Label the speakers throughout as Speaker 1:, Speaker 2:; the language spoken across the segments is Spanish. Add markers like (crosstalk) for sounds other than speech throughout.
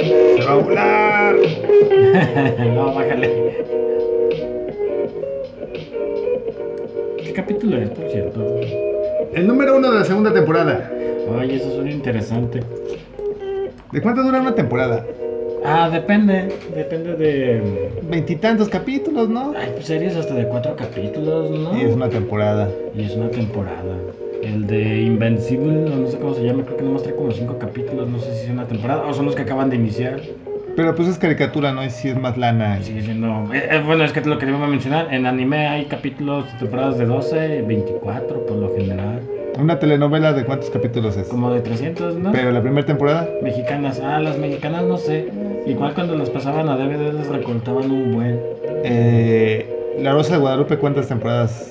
Speaker 1: ¡Se va a volar!
Speaker 2: (laughs) no, bájale. ¿Qué capítulo es, por cierto?
Speaker 1: El número uno de la segunda temporada.
Speaker 2: Ay, eso suena interesante.
Speaker 1: ¿De cuánto dura una temporada?
Speaker 2: Ah, depende. Depende de. mm,
Speaker 1: Veintitantos capítulos, ¿no?
Speaker 2: Hay series hasta de cuatro capítulos, ¿no?
Speaker 1: Y es una temporada.
Speaker 2: Y es una temporada. El de Invencible, no, no sé cómo se llama, creo que nomás trae como cinco capítulos, no sé si es una temporada o son los que acaban de iniciar.
Speaker 1: Pero pues es caricatura, ¿no? Y si es más lana.
Speaker 2: Sigue siendo. eh, eh, bueno, es que lo que iba a mencionar, en anime hay capítulos, temporadas de 12, 24 por lo general,
Speaker 1: Una telenovela de cuántos capítulos es.
Speaker 2: como de 300, ¿no?
Speaker 1: Pero la primera temporada.
Speaker 2: Mexicanas, ah, las mexicanas no sé. Igual cuando las pasaban a DVD les recortaban un buen
Speaker 1: Eh, la Rosa de Guadalupe, ¿cuántas temporadas?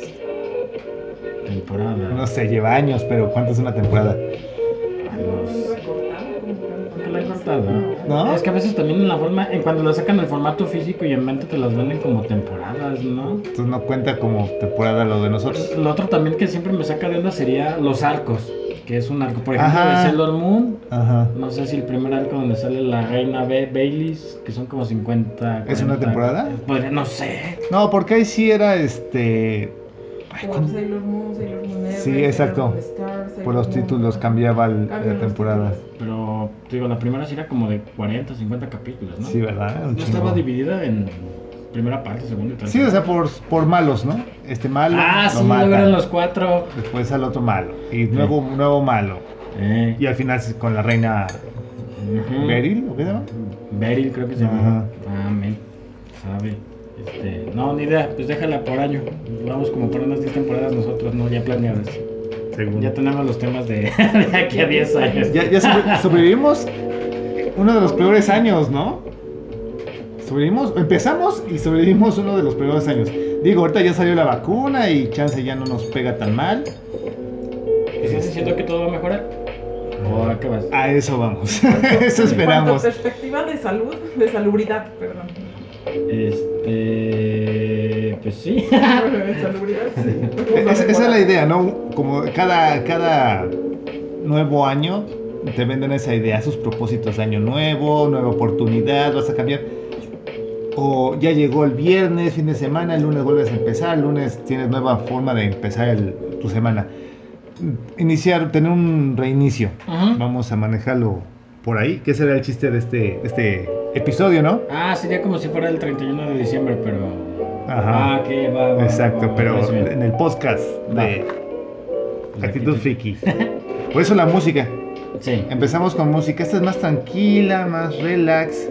Speaker 2: temporada.
Speaker 1: No sé, lleva años, pero ¿cuántas es una temporada?
Speaker 2: A los- ¿Por qué la han cortado?
Speaker 1: ¿No?
Speaker 2: Es que a veces también en la forma, en cuando lo sacan en formato físico y en mente te las venden como temporadas, ¿no?
Speaker 1: Entonces no cuenta como temporada lo de nosotros.
Speaker 2: Lo otro también que siempre me saca de onda sería los arcos, que es un arco, por ejemplo,
Speaker 1: Ajá.
Speaker 2: de Sailor Moon.
Speaker 1: Ajá.
Speaker 2: No sé si el primer arco donde sale la reina B, Baileys, que son como 50.
Speaker 1: ¿Es una
Speaker 2: 40.
Speaker 1: temporada?
Speaker 2: Podría- no sé.
Speaker 1: No, porque ahí sí era este. Ay,
Speaker 3: Como
Speaker 1: ¿cuándo?
Speaker 3: Sailor Moon, Sailor Moon Ever,
Speaker 1: Sí,
Speaker 3: Sailor
Speaker 1: exacto.
Speaker 3: Moon Star, Sailor
Speaker 1: Por los
Speaker 3: Moon-
Speaker 1: títulos cambiaba el-
Speaker 3: Cambian
Speaker 1: la
Speaker 3: los
Speaker 1: temporada.
Speaker 3: títulos.
Speaker 2: Pero, te digo, la primera sí era como de 40, 50 capítulos, ¿no?
Speaker 1: Sí, ¿verdad? Un
Speaker 2: No estaba
Speaker 1: chingo.
Speaker 2: dividida en primera parte, segunda y tercera.
Speaker 1: Sí, o sea, por, por malos, ¿no? Este malo
Speaker 2: Ah,
Speaker 1: lo
Speaker 2: sí,
Speaker 1: matan.
Speaker 2: luego eran los cuatro.
Speaker 1: Después al otro malo. Y luego un nuevo malo.
Speaker 2: Eh.
Speaker 1: Y al final sí, con la reina
Speaker 2: ujú.
Speaker 1: Beryl, ¿o qué se llama?
Speaker 2: Beryl, creo que se
Speaker 1: Ajá.
Speaker 2: llama. Ah, men. Sabe. Este, no, ni idea. Pues déjala por año. Vamos como para unas 10 temporadas nosotros, ¿no? Ya planeadas.
Speaker 1: Según.
Speaker 2: Ya tenemos los temas de, (laughs) de aquí a 10 años.
Speaker 1: Ya, ya
Speaker 2: (laughs)
Speaker 1: sobre- sobrevivimos uno de los peores años, ¿no? Sobrevivimos, empezamos y sobrevivimos uno de los peores años. Digo, ahorita ya salió la vacuna y chance ya no nos pega tan mal.
Speaker 2: ¿Estás diciendo que todo va a mejorar? ¿O a qué vas?
Speaker 1: A eso vamos. (laughs) eso
Speaker 3: En
Speaker 1: esperamos.
Speaker 3: cuanto a perspectiva de salud, de salubridad, perdón.
Speaker 2: Este. Pues sí. (laughs)
Speaker 3: De salubridad, sí.
Speaker 1: Es- esa es la idea, ¿no? Como cada, cada nuevo año te venden esa idea, sus propósitos, año nuevo, nueva oportunidad, vas a cambiar. O ya llegó el viernes, fin de semana, el lunes vuelves a empezar, el lunes tienes nueva forma de empezar el- tu semana. Iniciar, tener un reinicio.
Speaker 2: Ajá.
Speaker 1: Vamos a manejarlo por ahí, que ese era el chiste de este, de este episodio, ¿no?
Speaker 2: Ah, sería como si fuera el 31 de diciembre, pero.
Speaker 1: Ajá.
Speaker 2: Ah, que va, va, va,
Speaker 1: Exacto,
Speaker 2: va,
Speaker 1: pero
Speaker 2: parece bien.
Speaker 1: en el podcast de
Speaker 2: Pues
Speaker 1: Actitud
Speaker 2: aquí
Speaker 1: Friki. Por eso la música.
Speaker 2: te- Sí.
Speaker 1: Empezamos con música. Esta es más tranquila, más relax.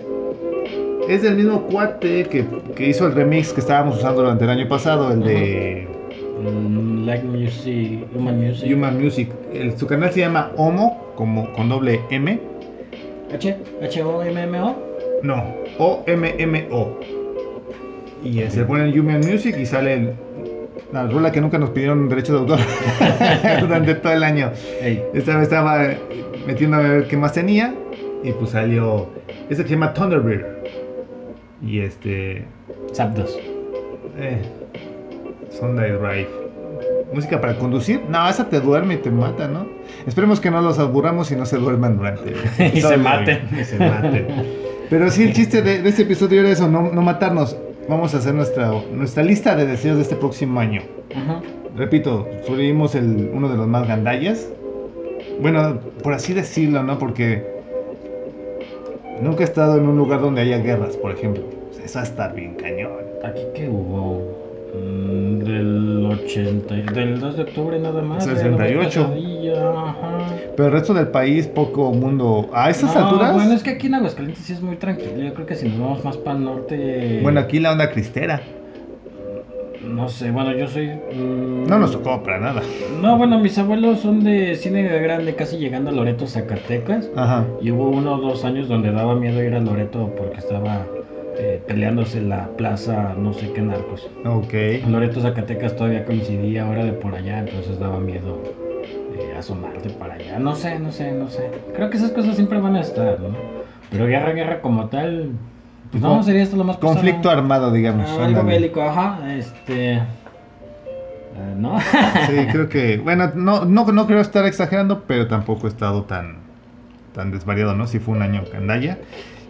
Speaker 1: Es del mismo cuate que, que hizo el remix que estábamos usando durante el año pasado, el de
Speaker 2: Mm, Like Music, Human Music.
Speaker 1: Human Music. El- su canal se llama Homo, como con doble M.
Speaker 2: H, H-O-M-M-O.
Speaker 1: No, O-M-M-O. Y eh, se ponen Human Music y sale el- la rola que nunca nos pidieron derecho de autor (laughs) durante todo el año.
Speaker 2: Ey,
Speaker 1: Esta vez estaba metiéndome a ver qué más tenía y pues salió este que se llama Thunderbird. Y este...
Speaker 2: Zapdos.
Speaker 1: Eh, Sunday Drive. Música para conducir. No, esa te duerme y te mata, ¿no? Esperemos que no los aburramos y no se duerman
Speaker 2: (laughs)
Speaker 1: durante. el
Speaker 2: Y se
Speaker 1: episodio.
Speaker 2: maten.
Speaker 1: Y se maten. Pero sí, el chiste de, de este episodio era eso, no, no matarnos. Vamos a hacer nuestra, nuestra lista de deseos de este próximo año.
Speaker 2: Ajá.
Speaker 1: Repito, sobrevivimos el, uno de los más gandallas. Bueno, por así decirlo, ¿no? Porque nunca he estado en un lugar donde haya guerras, por ejemplo. O sea, Eso va a estar bien cañón.
Speaker 2: Aquí que hubo. Mm, Del 80, y- del 2 de octubre nada más.
Speaker 1: Es el
Speaker 2: ya no más
Speaker 1: 38.
Speaker 2: pesadilla, ajá.
Speaker 1: Pero el resto del país, poco mundo. A estas
Speaker 2: No,
Speaker 1: alturas.
Speaker 2: Bueno,
Speaker 1: Bueno,
Speaker 2: es que aquí en Aguascalientes sí es muy tranquilo. Yo creo que si nos vamos más para el norte.
Speaker 1: aquí la onda cristera.
Speaker 2: No sé, bueno, yo soy. mm,
Speaker 1: No nos tocó para nada.
Speaker 2: No, bueno, mis abuelos son de cine grande, casi llegando a Loreto, Zacatecas.
Speaker 1: Ajá.
Speaker 2: Y hubo uno o dos años donde daba miedo ir a Loreto porque estaba eh, peleándose la plaza, no sé qué narcos.
Speaker 1: Ok.
Speaker 2: Loreto Zacatecas todavía coincidía ahora de por allá, entonces daba miedo eh, asomarte para allá. No sé, no sé, no sé. Creo que esas cosas siempre van a estar, ¿no? Pero guerra, guerra como tal, Pues no, sería esto lo más pesado.
Speaker 1: Conflicto armado, digamos.
Speaker 2: Ah, algo
Speaker 1: ándale.
Speaker 2: bélico, ajá. Este. eh, no. (laughs)
Speaker 1: Sí, creo que. Bueno, no, no, no creo estar exagerando, pero tampoco he estado tan, tan desvariado, ¿no? Si fue un año candalla.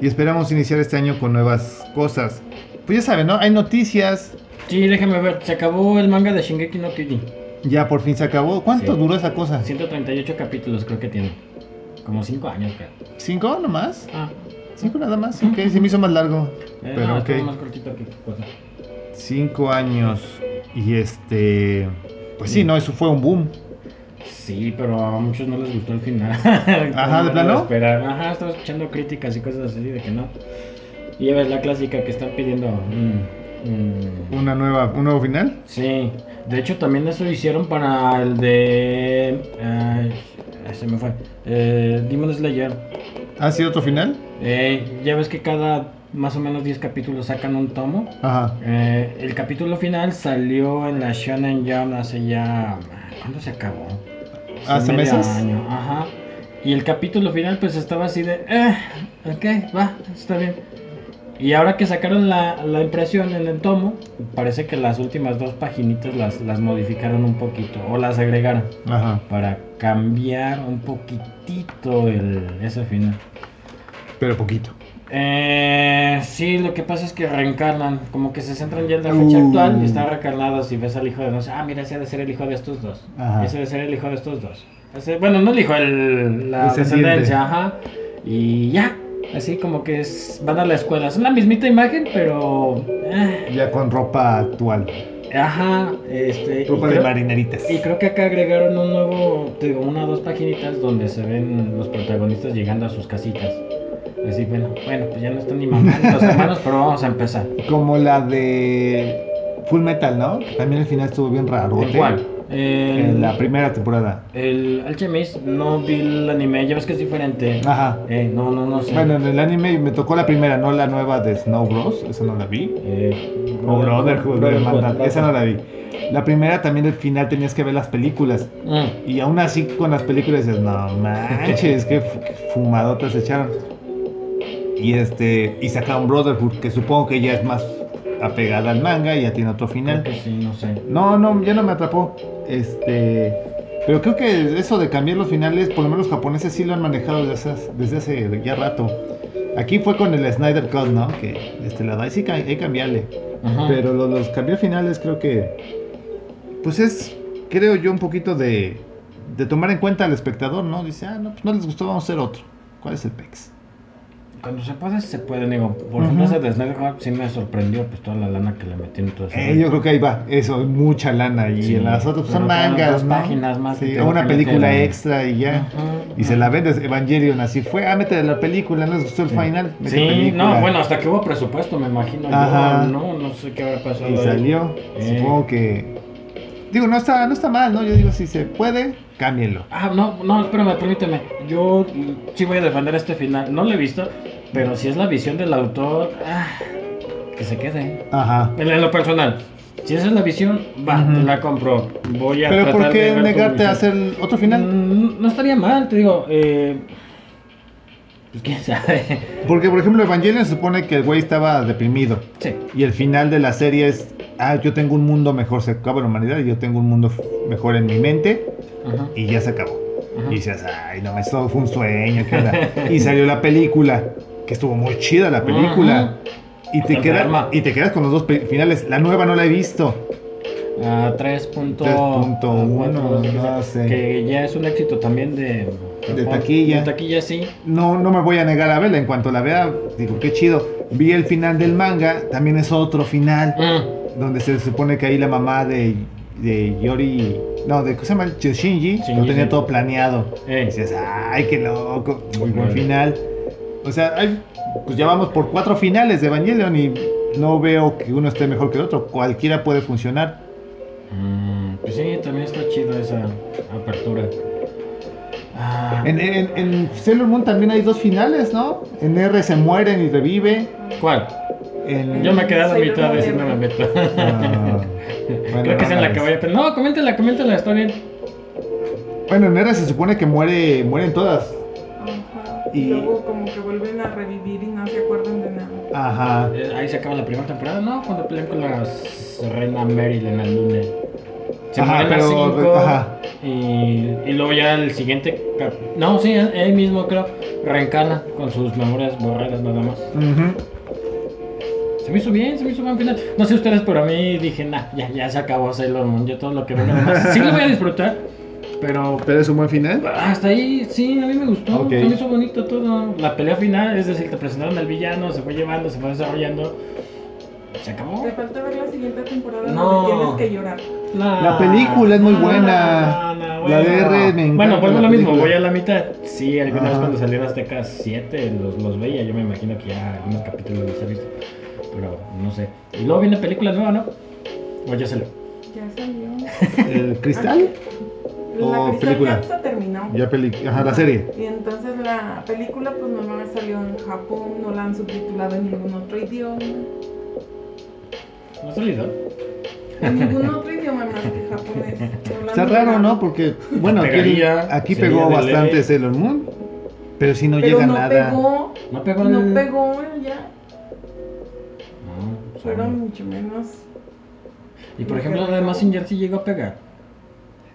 Speaker 1: Y esperamos iniciar este año con nuevas cosas. Pues ya saben, ¿no? Hay noticias.
Speaker 2: sí, déjame ver. Se acabó el manga de Shingeki no Kyojin.
Speaker 1: Ya por fin se acabó. ¿Cuánto
Speaker 2: Sí.
Speaker 1: duró esa cosa?
Speaker 2: 138 capítulos creo que tiene. Como 5 años, creo.
Speaker 1: ¿Cinco nomás?
Speaker 2: Ah,
Speaker 1: ¿Cinco nada más? Ok, se me hizo más largo.
Speaker 2: eh,
Speaker 1: Pero
Speaker 2: no,
Speaker 1: ok.
Speaker 2: estuvo más cortito que cosa.
Speaker 1: Cinco años. Y este. Pues sí, ¿no? Eso fue un boom.
Speaker 2: Sí, pero a muchos no les gustó el final. (laughs) Como
Speaker 1: ¿de
Speaker 2: era
Speaker 1: plano?
Speaker 2: esperar. Ajá, estaba escuchando críticas y cosas así de que no. Y ya ves la clásica que están pidiendo. mm, mm,
Speaker 1: Una nueva, un nuevo final.
Speaker 2: Sí, de hecho también eso hicieron para el de... ay, se me fue. eh, Demon Slayer.
Speaker 1: ¿Ha sido Ah, otro final?
Speaker 2: Eh, ya ves que cada más o menos 10 capítulos sacan un tomo.
Speaker 1: Ajá.
Speaker 2: Eh, el capítulo final salió en la Shonen Jump hace ya... ¿Cuándo se acabó?
Speaker 1: ¿Hace
Speaker 2: medio
Speaker 1: meses?
Speaker 2: año, ajá. Y el capítulo final pues estaba así de... Eh, ok, va, está bien. Y ahora que sacaron la, la impresión en el tomo, parece que las últimas dos paginitas las, las modificaron un poquito o las agregaron
Speaker 1: Ajá.
Speaker 2: para cambiar un poquitito el, ese final.
Speaker 1: Pero poquito.
Speaker 2: Eh, sí, lo que pasa es que reencarnan, como que se centran ya en la fecha
Speaker 1: Uh.
Speaker 2: actual y están reencarnados y ves al hijo de no sé, ah, mira, ese ha de ser el hijo de estos dos,
Speaker 1: Ajá.
Speaker 2: ese ha de ser el hijo de estos dos. Ese- bueno, no el hijo, el, la
Speaker 1: Descendiente.
Speaker 2: descendencia, ajá, y ya, así como que es- van a la escuela, es la mismita imagen, pero, eh,
Speaker 1: Ya con ropa actual.
Speaker 2: ajá, este, y
Speaker 1: Ropa de
Speaker 2: creo-
Speaker 1: marineritas.
Speaker 2: y creo que acá agregaron un nuevo, te digo, una o dos paginitas donde se ven los protagonistas llegando a sus casitas. Así, bueno, bueno, pues ya no están ni mamá
Speaker 1: (laughs)
Speaker 2: ni los hermanos, pero vamos a empezar.
Speaker 1: Como la de Full Metal, ¿no? Que También el final estuvo bien raro. ¿eh?
Speaker 2: ¿En cuál? El,
Speaker 1: En la primera temporada.
Speaker 2: el Alchemist, no vi el anime, ya ves que es diferente.
Speaker 1: Ajá.
Speaker 2: Eh, no, no, no sé.
Speaker 1: Ah. Bueno, en el anime me tocó la primera, no la nueva de Snow Bros. Esa no la vi.
Speaker 2: Eh,
Speaker 1: O Brotherhood,
Speaker 2: Brotherhood,
Speaker 1: Hermandad,
Speaker 2: Brotherhood.
Speaker 1: Esa no la vi. La primera también al final tenías que ver las películas.
Speaker 2: Mm,
Speaker 1: Y aún así con las películas dices, no manches, qué fu- qué fumadotas echaron. Y este, y sacaron Brotherhood, que supongo que ya es más apegada al manga y ya tiene otro final.
Speaker 2: creo que sí, no sé.
Speaker 1: No, no, ya no me atrapó. Este. Pero creo que eso de cambiar los finales, por lo menos los japoneses sí lo han manejado desde hace, desde hace ya rato. Aquí fue con el Snyder Cut, ¿no? Que este, la DICE sí ca- hay que cambiarle.
Speaker 2: Ajá.
Speaker 1: Pero lo- los cambios finales creo que. Pues es, creo yo, un poquito de, de tomar en cuenta al espectador, ¿no? Dice, ah, no, pues no les gustó, vamos a hacer otro. ¿Cuál es el PEX?
Speaker 2: Cuando se puede, se puede, digo. Por
Speaker 1: Ujú.
Speaker 2: ejemplo, ese de Snyder Cut sí me sorprendió, pues toda la lana que le metieron todo eso.
Speaker 1: Eh, yo creo que ahí va, eso, mucha lana. Y
Speaker 2: Sí,
Speaker 1: en las otras pues,
Speaker 2: pero
Speaker 1: son
Speaker 2: cada
Speaker 1: mangas,
Speaker 2: dos
Speaker 1: ¿no?
Speaker 2: páginas más que
Speaker 1: Sí,
Speaker 2: tengo
Speaker 1: o una
Speaker 2: que Ah.
Speaker 1: película
Speaker 2: meter, ¿no?
Speaker 1: extra y ya.
Speaker 2: Ujú,
Speaker 1: Y
Speaker 2: ujú.
Speaker 1: se la vendes Evangelion así fue, ah, métele la película, no les gustó el final. mete
Speaker 2: Sí,
Speaker 1: película.
Speaker 2: no, bueno, hasta que hubo presupuesto, me imagino. yo,
Speaker 1: Ajá.
Speaker 2: no, no sé qué habrá pasado.
Speaker 1: Y
Speaker 2: ahí.
Speaker 1: salió.
Speaker 2: Eh.
Speaker 1: Supongo que. Digo, no está, no está mal, ¿no? Yo digo, si se puede, cámbienlo.
Speaker 2: Ah, no, no, espérame, permíteme. Yo mm, sí voy a defender este final. No lo he visto, pero si es la visión del autor, ah, que se quede.
Speaker 1: Ajá.
Speaker 2: En, en lo personal, si esa es la visión, va,
Speaker 1: Ujú.
Speaker 2: te la compro. Voy a
Speaker 1: Pero ¿por
Speaker 2: tratar de
Speaker 1: qué
Speaker 2: ver tu
Speaker 1: negarte a
Speaker 2: visión.
Speaker 1: hacer otro final?
Speaker 2: Mm, No estaría mal, te digo. Eh, pues quién sabe. (laughs)
Speaker 1: Porque, por ejemplo, Evangelion se supone que el güey estaba deprimido.
Speaker 2: sí.
Speaker 1: Y el final de la serie es, ah, yo tengo un mundo mejor, se acaba la humanidad y yo tengo un mundo f- mejor en mi mente
Speaker 2: Ajá,
Speaker 1: y ya se acabó.
Speaker 2: ajá.
Speaker 1: Y dices, ay, no, esto fue un sueño, ¿qué
Speaker 2: (laughs)
Speaker 1: onda?". Y salió la película, que estuvo muy chida la película. Y te,
Speaker 2: Está
Speaker 1: quedas,
Speaker 2: enferma.
Speaker 1: y te quedas con los dos pe- finales. La nueva no la he visto.
Speaker 2: a 3.1
Speaker 1: 3.1, no sé.
Speaker 2: que ya es un éxito también de
Speaker 1: De taquilla.
Speaker 2: de taquilla sí
Speaker 1: No, no me voy a negar a verla. En cuanto la vea, digo, qué chido. Vi el final del manga, también es otro final,
Speaker 2: Mm,
Speaker 1: donde se supone que ahí la mamá de, de Yori, no, de, ¿cómo se llama? Shinji, lo
Speaker 2: Shinji.
Speaker 1: tenía todo planeado. Y
Speaker 2: eh.
Speaker 1: dices, ay, qué loco, muy buen
Speaker 2: Órale.
Speaker 1: final. O sea, hay- pues ya vamos por cuatro finales de Evangelion y no veo que uno esté mejor que el otro. Cualquiera puede funcionar.
Speaker 2: Mm, pues sí también está chido esa apertura Ah,
Speaker 1: En, en- en Sailor Moon también hay dos finales, ¿no? En R se mueren y revive.
Speaker 2: ¿cuál?
Speaker 1: En...
Speaker 2: yo me quedé a la
Speaker 3: Sailor
Speaker 2: mitad
Speaker 3: Moon
Speaker 2: de la
Speaker 3: Ever.
Speaker 2: mitad (laughs)
Speaker 1: Ah, bueno,
Speaker 2: creo que es en la que voy a pensar no coméntala coméntala está bien
Speaker 1: Bueno, en R se supone que muere, mueren todas.
Speaker 3: Ajá.
Speaker 1: Y-
Speaker 3: Y luego como que vuelven a revivir y no se acuerdan de nada.
Speaker 1: Ajá.
Speaker 2: Eh, Ahí se acaba la primera temporada, ¿no? Cuando pelean con la s- reina Meryl en la luna. Se
Speaker 1: Ajá,
Speaker 2: mueren
Speaker 1: pero- pues,
Speaker 2: a cinco,
Speaker 1: ajá.
Speaker 2: Y, y luego ya el siguiente. cap- No, sí, él él mismo creo. Reencarna con sus memorias borradas nada más.
Speaker 1: Ujú.
Speaker 2: Se me hizo bien, se me hizo buen final. No sé ustedes, pero a mí dije, nah, ya, ya se acabó Sailor Moon. Yo todo lo que venga más. Sí lo voy a disfrutar, pero ah,
Speaker 1: Pero es un buen final.
Speaker 2: hasta ahí sí, a mí me gustó.
Speaker 1: Ok.
Speaker 2: Se me hizo bonito todo. La pelea final, es decir, te presentaron al villano, se fue llevando, se fue desarrollando. Se acabó.
Speaker 3: Te falta ver la siguiente temporada
Speaker 2: No.
Speaker 3: donde tienes que llorar.
Speaker 1: La película es muy buena.
Speaker 2: no, no,
Speaker 1: La de R me encanta
Speaker 2: Bueno, vuelvo a
Speaker 1: la
Speaker 2: lo mismo,
Speaker 1: película.
Speaker 2: voy a la mitad. Sí, alguna vez
Speaker 1: Ajá.
Speaker 2: cuando salieron Azteca 7 los, los veía, yo me imagino que ya algunos capítulos los he visto. Pero no sé. Y luego viene película nueva, ¿no? O ya salió.
Speaker 3: Ya salió.
Speaker 1: ¿El
Speaker 2: (laughs)
Speaker 1: cristal?
Speaker 3: La
Speaker 1: O
Speaker 3: cristal
Speaker 1: película.
Speaker 3: ya hasta terminó.
Speaker 1: Ya peli... Ajá, la serie.
Speaker 3: Y entonces la película pues no no salió en Japón, no la han subtitulado en ningún otro idioma.
Speaker 2: No ha salido.
Speaker 3: En ningún
Speaker 1: (laughs)
Speaker 3: otro idioma más que japonés. No la
Speaker 1: Está
Speaker 3: han
Speaker 1: raro,
Speaker 3: doblado.
Speaker 1: ¿no? Porque, bueno, aquí,
Speaker 2: Pegaría,
Speaker 1: aquí
Speaker 2: sería
Speaker 1: pegó
Speaker 2: de
Speaker 1: bastante
Speaker 2: leve.
Speaker 1: Sailor Moon. Pero si no
Speaker 3: Pero
Speaker 1: llega
Speaker 3: no
Speaker 1: nada.
Speaker 3: pegó,
Speaker 2: No pegó el-
Speaker 3: no pegó ya.
Speaker 2: No, pues,
Speaker 3: Fueron
Speaker 2: no.
Speaker 3: mucho menos.
Speaker 2: Y por ejemplo, la de Massinger sí llegó a pegar.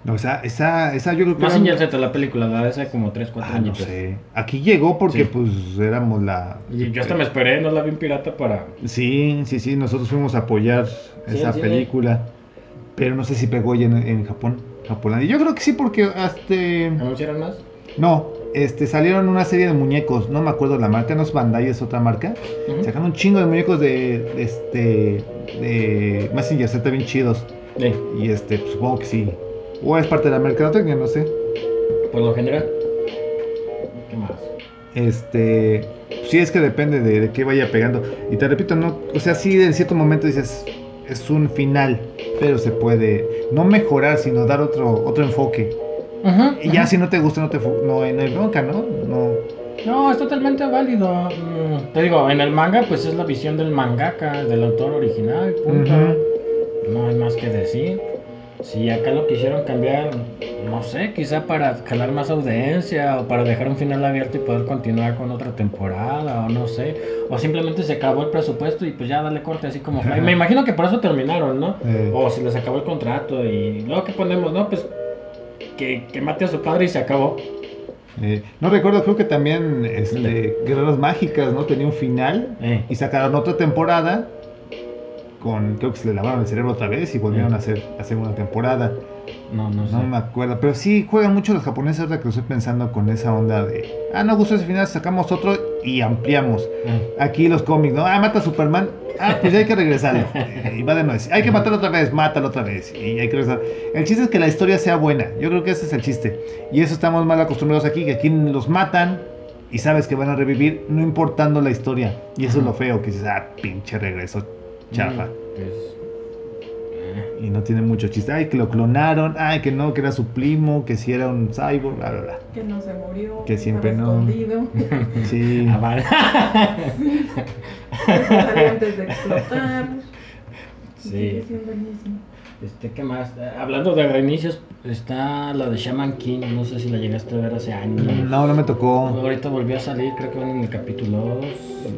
Speaker 1: No, esa, esa, esa yo creo que. era-
Speaker 2: Massinger Z, la película, la de hace como 3, 4
Speaker 1: Ah,
Speaker 2: años.
Speaker 1: no sé. Aquí llegó porque,
Speaker 2: Sí.
Speaker 1: pues, éramos la.
Speaker 2: Y yo hasta me esperé, no la vi en pirata para.
Speaker 1: Sí, sí, sí, nosotros fuimos a apoyar esa
Speaker 2: sí.
Speaker 1: película, pero no sé si pegó ya en, en Japón, Japón. Y yo creo que sí porque este
Speaker 2: ¿Anunciaron más?
Speaker 1: no, este salieron una serie de muñecos, no me acuerdo la marca, no es Bandai, es otra marca.
Speaker 2: Ujú.
Speaker 1: Sacaron un chingo de muñecos de, de este de Messenger Z bien chidos
Speaker 2: Sí,
Speaker 1: y este pues, supongo que sí. O es parte de la mercadotecnia, no sé.
Speaker 2: por lo general. ¿Qué más?
Speaker 1: Este, sí es que depende de, de qué vaya pegando. Y te repito, no, o sea, sí en cierto momento dices, es un final, pero se puede no mejorar, sino dar otro otro enfoque.
Speaker 2: Ajá.
Speaker 1: Y ya si no te gusta, no te fu- no, hay- no hay bronca, ¿no? No.
Speaker 2: No, es totalmente válido. Mm, Te digo, en el manga, pues es la visión del mangaka, del autor original, punto.
Speaker 1: Ujú.
Speaker 2: No hay más que decir. Si acá lo quisieron cambiar, no sé, quizá para jalar más audiencia o para dejar un final abierto y poder continuar con otra temporada o no sé. O simplemente se acabó el presupuesto y pues ya darle corte así como... fue. Me imagino que por eso terminaron, ¿no?
Speaker 1: Eh,
Speaker 2: O se les acabó el contrato y luego que ponemos, ¿no? Pues que, que mate a su padre y se acabó.
Speaker 1: eh, no recuerdo, creo que también este,
Speaker 2: Ándale.
Speaker 1: Guerreras Mágicas, ¿no? Tenía un final
Speaker 2: Eh.
Speaker 1: y sacaron otra temporada con, creo que se le lavaron el cerebro otra vez y volvieron a hacer la segunda temporada.
Speaker 2: No, no sé.
Speaker 1: No me acuerdo, pero sí juegan mucho los japoneses ahora que lo estoy pensando con esa onda de, ah, no gustó ese final, sacamos otro y ampliamos.
Speaker 2: Eh.
Speaker 1: Aquí los cómics, ¿no? Ah, mata a Superman, ah, pues ya hay que regresarlo. Eh, y va de nuevo, hay que matarlo otra vez, mátalo otra vez. Y hay que regresar. El chiste es que la historia sea buena, yo creo que ese es el chiste. Y eso estamos mal acostumbrados aquí, que aquí los matan y sabes que van a revivir, no importando la historia. Y eso es lo feo, que dices, ah, pinche regreso, chafa.
Speaker 2: Pues, eh.
Speaker 1: Y no tiene mucho chiste. Ay, que lo clonaron. Ay, que no, que era su primo, que si era un cyborg, bla, bla, bla.
Speaker 3: Que no se murió.
Speaker 1: Que siempre
Speaker 3: estaba
Speaker 1: no.
Speaker 3: Escondido. (laughs)
Speaker 1: Sí. (laughs)
Speaker 2: Ah, vale.
Speaker 3: salió antes de
Speaker 1: (laughs)
Speaker 3: explotar.
Speaker 2: Sí.
Speaker 3: Sigue siendo el mismo.
Speaker 2: Este, ¿qué más? Eh, Hablando de reinicios, está la de Shaman King. No sé si la llegaste a ver hace años.
Speaker 1: No, no me tocó.
Speaker 2: Ahorita volvió a salir, creo que van en el capítulo 2.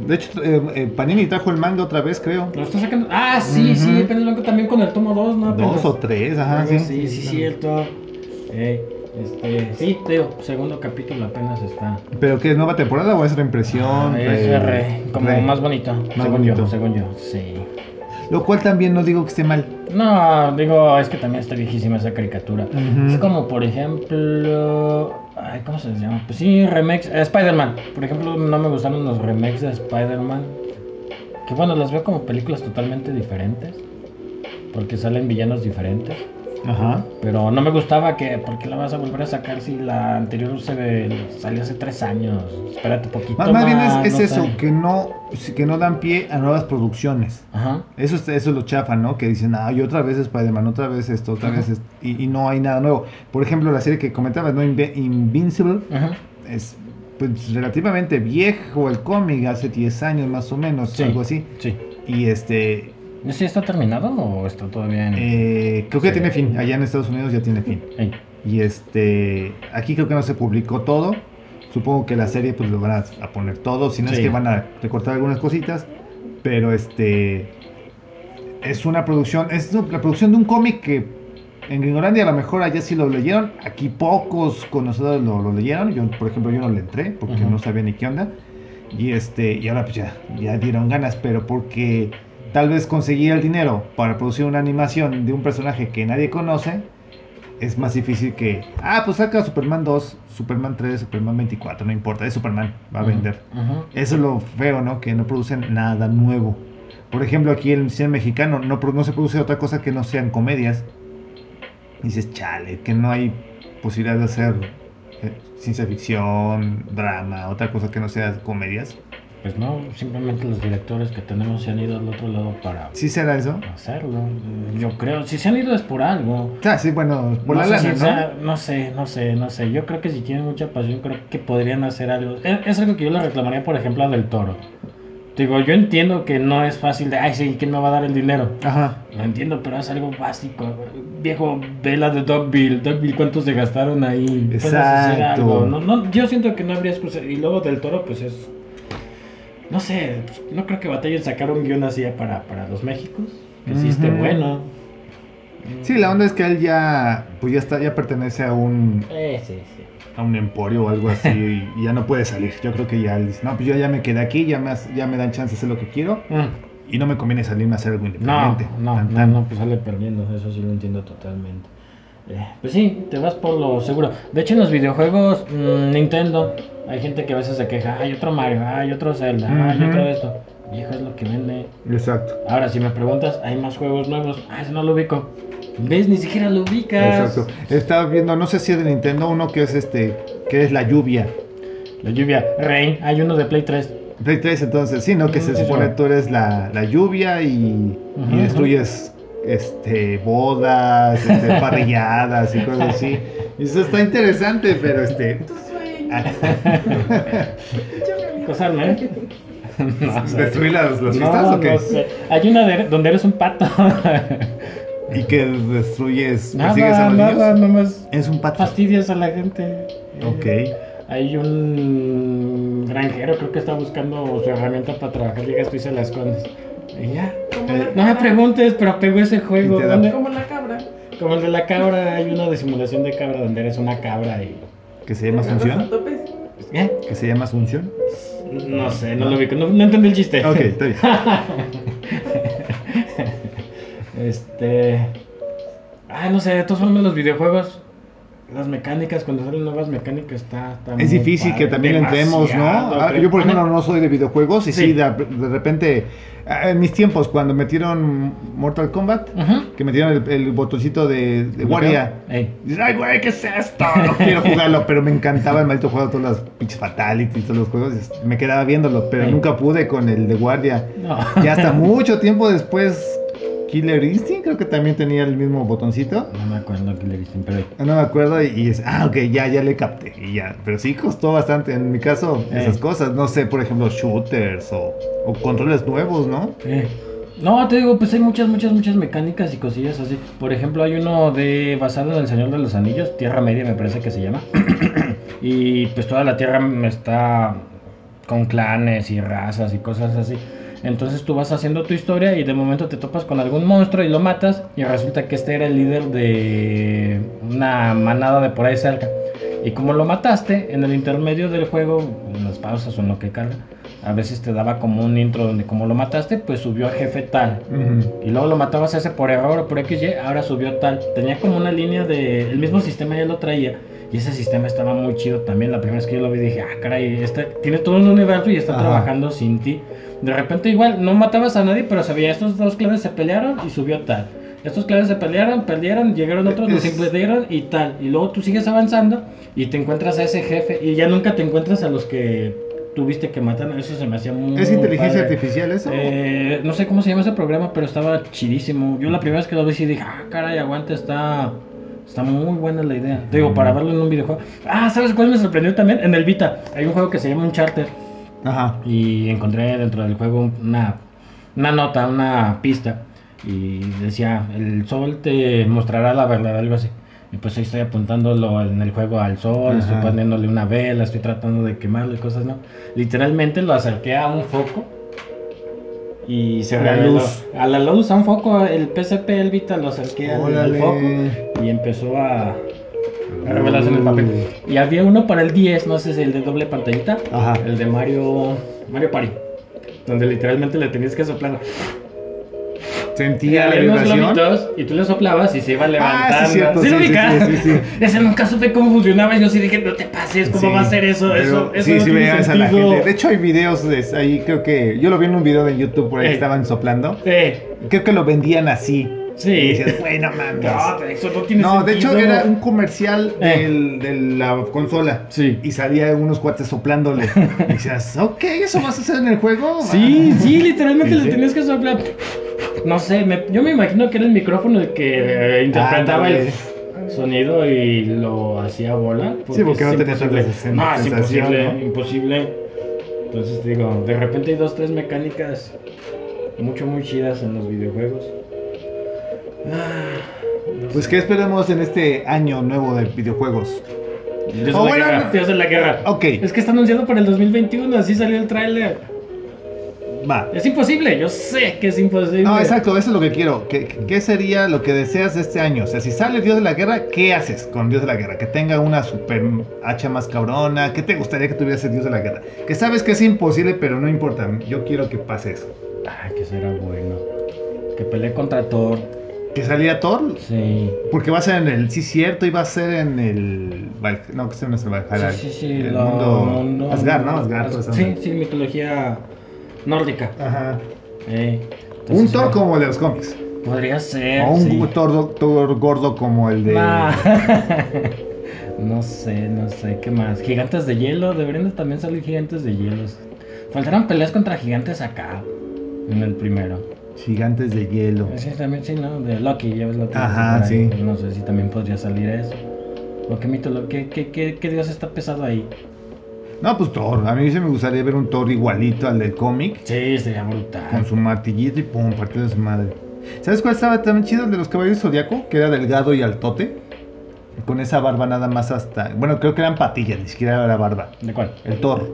Speaker 1: De hecho, eh, eh, Panini trajo el manga otra vez, creo.
Speaker 2: ¿Lo está sacando? Ah, sí,
Speaker 1: Ujú.
Speaker 2: sí, apenas van también con el tomo 2, ¿no?
Speaker 1: Dos
Speaker 2: Apenas.
Speaker 1: o tres, ajá,
Speaker 2: sí,
Speaker 1: sí.
Speaker 2: sí, sí, cierto. Ey, este, sí, te digo, segundo capítulo apenas está.
Speaker 1: ¿Pero qué es nueva temporada o es reimpresión?
Speaker 2: Ah, es
Speaker 1: Re-
Speaker 2: re, como
Speaker 1: re.
Speaker 2: más bonito, según
Speaker 1: bonito.
Speaker 2: yo, según yo, sí.
Speaker 1: Lo cual también no digo que esté mal.
Speaker 2: No, digo, es que también está viejísima esa caricatura.
Speaker 1: Ujú.
Speaker 2: Es como, por ejemplo. Ay, ¿cómo se llama? Pues sí, remakes. eh, Spider-Man. Por ejemplo, no me gustaron los remakes de Spider-Man. Que bueno, las veo como películas totalmente diferentes. Porque salen villanos diferentes.
Speaker 1: Ajá.
Speaker 2: Pero no me gustaba que. ¿Por qué la vas a volver a sacar si la anterior se ve- salió hace tres años? Espérate poquito.
Speaker 1: Más, más bien es, es
Speaker 2: no
Speaker 1: eso,
Speaker 2: sé.
Speaker 1: que no, que no dan pie a nuevas producciones.
Speaker 2: Ajá.
Speaker 1: Eso es, eso es lo chafa, ¿no? Que dicen, ah, y otra vez Spider-Man, otra vez esto, otra vez esto, y, y no hay nada nuevo. Por ejemplo, la serie que comentabas, ¿no? Inve- Invincible,
Speaker 2: Ajá.
Speaker 1: es pues, relativamente viejo el cómic, hace 10 años más o menos,
Speaker 2: Sí.
Speaker 1: algo así.
Speaker 2: Sí.
Speaker 1: Y este,
Speaker 2: ¿Ese está terminado o está todavía en.?
Speaker 1: eh, creo que ya
Speaker 2: Sí.
Speaker 1: tiene fin, allá en Estados Unidos ya tiene fin.
Speaker 2: Ey.
Speaker 1: Y este, aquí creo que no se publicó todo. Supongo que la serie pues lo van a, a poner todo, si no es
Speaker 2: Sí.
Speaker 1: que van a recortar algunas cositas. Pero este. Es una producción. Es la producción de un cómic que en Gringolandia a lo mejor allá sí lo leyeron. Aquí pocos conocidos lo, lo leyeron. Yo, por ejemplo, yo no le entré porque
Speaker 2: Ajá.
Speaker 1: no sabía ni qué onda. Y este. Y ahora pues ya, ya dieron ganas. Pero porque tal vez conseguir el dinero para producir una animación de un personaje que nadie conoce. Es más difícil que. Ah, pues saca Superman 2, Superman 3, Superman 24, no importa, es Superman, va a vender.
Speaker 2: Ajá.
Speaker 1: Eso es lo feo, ¿no? Que no producen nada nuevo. Por ejemplo, aquí en el cine mexicano no, pro- no se produce otra cosa que no sean comedias. Dices, chale, que no hay posibilidad de hacer eh, ciencia ficción, drama, otra cosa que no sea comedias.
Speaker 2: Pues no, simplemente los directores que tenemos se han ido al otro lado para
Speaker 1: ¿Sí será eso?
Speaker 2: hacerlo. Yo creo, si se han ido es por algo.
Speaker 1: Ah, sí, bueno, por
Speaker 2: no,
Speaker 1: la
Speaker 2: sé
Speaker 1: lana,
Speaker 2: si
Speaker 1: ¿no?
Speaker 2: sea- no sé, no sé, no sé. Yo creo que si tienen mucha pasión, creo que podrían hacer algo. Es, es algo que yo le reclamaría, por ejemplo, a Del Toro. Digo, yo entiendo que no es fácil de, ay, sí, ¿quién me va a dar el dinero?
Speaker 1: Ajá.
Speaker 2: Lo entiendo, pero es algo básico. Viejo, vela de Dogville. Dogville, ¿cuántos se gastaron ahí? Puedes hacer
Speaker 1: Exacto.
Speaker 2: algo. No, no, yo siento que no habría excusa. Y luego del toro, pues es. No sé, pues, no creo que batallen sacar un guión así ya para, para los Méxicos. Que sí esté
Speaker 1: Ujú.
Speaker 2: bueno. Mm.
Speaker 1: Sí, la onda es que él ya, pues ya está, ya pertenece a un,
Speaker 2: Eh, sí, sí.
Speaker 1: a un emporio o algo así
Speaker 2: (laughs)
Speaker 1: y, y ya no puede salir. Yo creo que ya él dice, no, pues yo ya me quedé aquí, ya me, hace- ya me dan chance de hacer lo que quiero.
Speaker 2: Mm,
Speaker 1: Y no me conviene salirme a hacer algo
Speaker 2: No,
Speaker 1: independiente.
Speaker 2: no,
Speaker 1: Tan,
Speaker 2: no,
Speaker 1: tan.
Speaker 2: no, pues sale perdiendo. Eso sí lo entiendo totalmente. Eh, pues sí, te vas por lo seguro. De hecho, en los videojuegos, mm, Nintendo, hay gente que a veces se queja, hay otro Mario, hay otro Zelda, hay
Speaker 1: Ujú.
Speaker 2: otro esto. Viejo es lo que vende.
Speaker 1: Exacto.
Speaker 2: Ahora, si me preguntas, hay más juegos nuevos. Ah, ese no lo ubico. ¿Ves? Ni siquiera lo ubicas.
Speaker 1: Exacto. Estaba viendo, no sé si es de Nintendo, uno que es este, que es la lluvia.
Speaker 2: La lluvia, Rain, hay uno de Play 3.
Speaker 1: Play 3, entonces, sí, ¿no? Que se
Speaker 2: Sí,
Speaker 1: supone
Speaker 2: Mm, sí.
Speaker 1: tú eres la, la lluvia y, y
Speaker 2: Ajá,
Speaker 1: destruyes este bodas, este,
Speaker 2: (laughs)
Speaker 1: parrilladas y cosas así. Y eso está interesante, pero este.
Speaker 3: Tu sueño.
Speaker 1: ah, (laughs)
Speaker 3: Échame a mí.
Speaker 2: Casarme, ¿eh? (laughs) No,
Speaker 1: ¿Destruir las, las fiestas
Speaker 2: Ah, no,
Speaker 1: o qué?
Speaker 2: no sé. Hay una de- donde eres un pato.
Speaker 1: Y (laughs) que destruyes, persigues a
Speaker 2: nada,
Speaker 1: los
Speaker 2: nada,
Speaker 1: niños.
Speaker 2: nomás
Speaker 1: Es un pato.
Speaker 2: fastidias a la gente. Eh,
Speaker 1: Ok.
Speaker 2: Hay un granjero, creo que está buscando su herramienta para trabajar. Llegas tú y se la escondes. Y ya.
Speaker 3: Como
Speaker 1: Eh,
Speaker 3: la
Speaker 2: No me
Speaker 3: cabra.
Speaker 2: preguntes, pero pegó ese juego.
Speaker 1: Y te da-
Speaker 2: ¿Dónde-
Speaker 3: Como la cabra.
Speaker 2: Como el de la cabra, hay una de simulación de cabra donde eres una cabra y.
Speaker 1: ¿Que se llama
Speaker 3: Los
Speaker 1: Asunción?
Speaker 3: topes.
Speaker 2: ¿Eh?
Speaker 1: ¿Que se llama
Speaker 2: (laughs)
Speaker 1: Asunción?
Speaker 2: No sé, no lo ubico, no, no entendí el chiste.
Speaker 1: Ok, está bien.
Speaker 2: (laughs) Este. Ah, no sé, de todas formas, los videojuegos, las mecánicas, cuando salen nuevas mecánicas, está. está
Speaker 1: Es
Speaker 2: muy
Speaker 1: difícil
Speaker 2: padre,
Speaker 1: que también le entremos, ¿no?
Speaker 2: demasiado,
Speaker 1: Ah,
Speaker 2: creo.
Speaker 1: Yo, por ejemplo, no soy de videojuegos y sí,
Speaker 2: Sí.
Speaker 1: de, de repente, ah, en mis tiempos, cuando metieron Mortal Kombat,
Speaker 2: Ajá.
Speaker 1: que metieron el, el botoncito de, de guardia.
Speaker 2: Ey.
Speaker 1: Dices, ay, güey, ¿qué es esto? No quiero jugarlo, (laughs) pero me encantaba el maldito juego, todas las pinches fatalities, todos los juegos. y Me quedaba viéndolo, pero
Speaker 2: Sí.
Speaker 1: nunca pude con el de guardia.
Speaker 2: No. (laughs)
Speaker 1: Y hasta mucho tiempo después, Killer Instinct creo que también tenía el mismo botoncito. Ah,
Speaker 2: No me acuerdo que le dicen, pero.
Speaker 1: No me acuerdo y, y es, ah, ok, ya, ya le capté. Y ya, pero sí costó bastante, en mi caso,
Speaker 2: Eh.
Speaker 1: esas cosas. No sé, por ejemplo, shooters o, o controles nuevos, ¿no?
Speaker 2: Eh, No, te digo, pues hay muchas, muchas, muchas mecánicas y cosillas así. Por ejemplo, hay uno de basado en el Señor de los Anillos, Tierra Media me parece que se llama. y pues toda la Tierra mm, está con clanes y razas y cosas así. Entonces tú vas haciendo tu historia y de momento te topas con algún monstruo y lo matas y resulta que este era el líder de una manada de por ahí cerca. Y como lo mataste, en el intermedio del juego, en las pausas o en lo que carga, a veces te daba como un intro donde como lo mataste, pues subió a jefe tal. Y luego lo matabas a ese por error o por XY, ahora subió tal. Tenía como una línea de... El mismo sistema ya lo traía. Y ese sistema estaba muy chido también. La primera vez que yo lo vi dije, ah, caray, este tiene todo un universo y está
Speaker 1: Ajá.
Speaker 2: trabajando sin ti. De repente igual, no matabas a nadie, pero sabía, estos dos clanes se pelearon y subió tal. Estos clanes se pelearon, pelearon, llegaron otros, los
Speaker 1: Es-
Speaker 2: impedieron y tal. Y luego tú sigues avanzando y te encuentras a ese jefe y ya nunca te encuentras a los que tuviste que matar. Eso se me hacía muy...
Speaker 1: ¿Es inteligencia
Speaker 2: Mm, padre.
Speaker 1: artificial eso?
Speaker 2: Eh, no sé cómo se llama ese programa, pero estaba chidísimo. Yo la primera vez que lo vi sí dije, ah, caray, aguanta, está, está muy buena la idea. Te digo, para verlo en un videojuego. Ah, ¿sabes cuál me sorprendió también? En el Vita hay un juego que se llama Uncharted
Speaker 1: Ajá.
Speaker 2: y encontré dentro del juego una, una nota, una pista y decía, el sol te mostrará la verdad, algo así. Y pues ahí estoy apuntándolo en el juego al sol,
Speaker 1: Ajá.
Speaker 2: estoy poniéndole una vela, estoy tratando de quemarlo y cosas, ¿no? Literalmente lo acerqué a un foco y se
Speaker 1: A la
Speaker 2: reveló.
Speaker 1: luz.
Speaker 2: A la luz, a un foco, el PSP Elvita lo acerqué al- al
Speaker 1: Órale.
Speaker 2: foco y empezó a, a revelarse en el papel. Y había uno para el 10, no sé si el de doble pantallita,
Speaker 1: Ajá.
Speaker 2: el de Mario, Mario Party, donde literalmente le tenías que soplar.
Speaker 1: Sentía la
Speaker 2: Había unos
Speaker 1: vibración.
Speaker 2: globitos y tú le soplabas y se iba levantando.
Speaker 1: Ah, sí, cierto.
Speaker 2: ¿Sí lo ubicas?
Speaker 1: sí, sí, sí.
Speaker 2: (laughs) Ese nunca supe cómo funcionaba y yo sí dije, no te pases, ¿cómo
Speaker 1: Sí,
Speaker 2: va a ser eso?
Speaker 1: pero
Speaker 2: eso, eso
Speaker 1: sí,
Speaker 2: no
Speaker 1: sí
Speaker 2: tiene
Speaker 1: veías a la
Speaker 2: sentido".
Speaker 1: gente. De hecho, hay videos de ahí, creo que. Yo lo vi en un video de YouTube por ahí
Speaker 2: Eh.
Speaker 1: que estaban soplando.
Speaker 2: Eh,
Speaker 1: Creo que lo vendían así. Y
Speaker 2: sí.
Speaker 1: decías, güey, no mames.
Speaker 2: (laughs) No, eso no tiene
Speaker 1: No, de
Speaker 2: sentido.
Speaker 1: hecho era un comercial
Speaker 2: Eh.
Speaker 1: del- de la consola.
Speaker 2: Sí.
Speaker 1: Y salía unos cuates soplándole. Y decías, ok, ¿eso vas a hacer en el juego?
Speaker 2: Sí, sí, literalmente
Speaker 1: Sí,
Speaker 2: le
Speaker 1: sí.
Speaker 2: tenías que soplar. No sé, me- yo me imagino que era el micrófono el que eh, interpretaba el sonido y lo hacía bola.
Speaker 1: Sí, porque no
Speaker 2: es
Speaker 1: tenía tanta
Speaker 2: imposible.
Speaker 1: sen-
Speaker 2: No, es
Speaker 1: sensación,
Speaker 2: imposible,
Speaker 1: ¿no?
Speaker 2: imposible. Entonces te digo, de repente hay dos, tres mecánicas mucho, muy chidas en los videojuegos. Ah, no
Speaker 1: Pues,
Speaker 2: sé.
Speaker 1: ¿qué esperamos en este año nuevo de videojuegos?
Speaker 2: Dios
Speaker 1: Oh,
Speaker 2: de la
Speaker 1: bueno,
Speaker 2: guerra,
Speaker 1: no.
Speaker 2: Dios de la guerra.
Speaker 1: Ok,
Speaker 2: Es que está anunciado para el 2021, así salió el tráiler.
Speaker 1: va.
Speaker 2: Es imposible, yo sé que es imposible.
Speaker 1: No, Ah, exacto, eso es lo que quiero. ¿Qué, qué sería lo que deseas de este año? O sea, si sale Dios de la Guerra, ¿qué haces con Dios de la Guerra? Que tenga una super hacha más cabrona. ¿Qué te gustaría que tuviera ese Dios de la Guerra? Que sabes que es imposible, pero no importa. Yo quiero que pase eso.
Speaker 2: Ah, que será bueno. Que peleé contra Thor.
Speaker 1: Que saliera Thor,
Speaker 2: Sí.
Speaker 1: Porque va a ser en el. Sí, cierto, iba a ser en el. Val- No, que se no es el Valhalla.
Speaker 2: sí, sí, sí.
Speaker 1: El
Speaker 2: lo-
Speaker 1: mundo. Asgard, ¿no?
Speaker 2: mundo-
Speaker 1: Asgard. todo
Speaker 2: As-
Speaker 1: eso.
Speaker 2: sí, sí, mitología nórdica.
Speaker 1: Ajá.
Speaker 2: Eh,
Speaker 1: Un
Speaker 2: entonces,
Speaker 1: Thor
Speaker 2: sí,
Speaker 1: como el de los cómics.
Speaker 2: Podría ser.
Speaker 1: O un
Speaker 2: sí. Ah.
Speaker 1: Thor, Thor gordo como el de.
Speaker 2: Nah. (laughs) no sé, no sé. ¿Qué más? Gigantes de hielo. Deberían de también salir gigantes de hielos. Faltaron peleas contra gigantes acá. En el primero.
Speaker 1: Gigantes de hielo.
Speaker 2: Sí, también, sí, ¿no? De Loki, ya ves Loki.
Speaker 1: Ajá,
Speaker 2: por ahí.
Speaker 1: sí.
Speaker 2: Pues no sé si también podría salir eso. ¿O qué mito? lo- ¿Qué, qué, qué, qué dios está pesado ahí?
Speaker 1: No, pues Thor. A mí sí me gustaría ver un Thor igualito al del cómic.
Speaker 2: Sí, sería brutal.
Speaker 1: Con su martillito y pum, partido de su madre. ¿Sabes cuál estaba tan chido El de los caballeros zodiaco? Que era delgado y altote. Con esa barba nada más hasta. Bueno, creo que eran patillas, ni siquiera era barba.
Speaker 2: ¿De cuál?
Speaker 1: El Thor.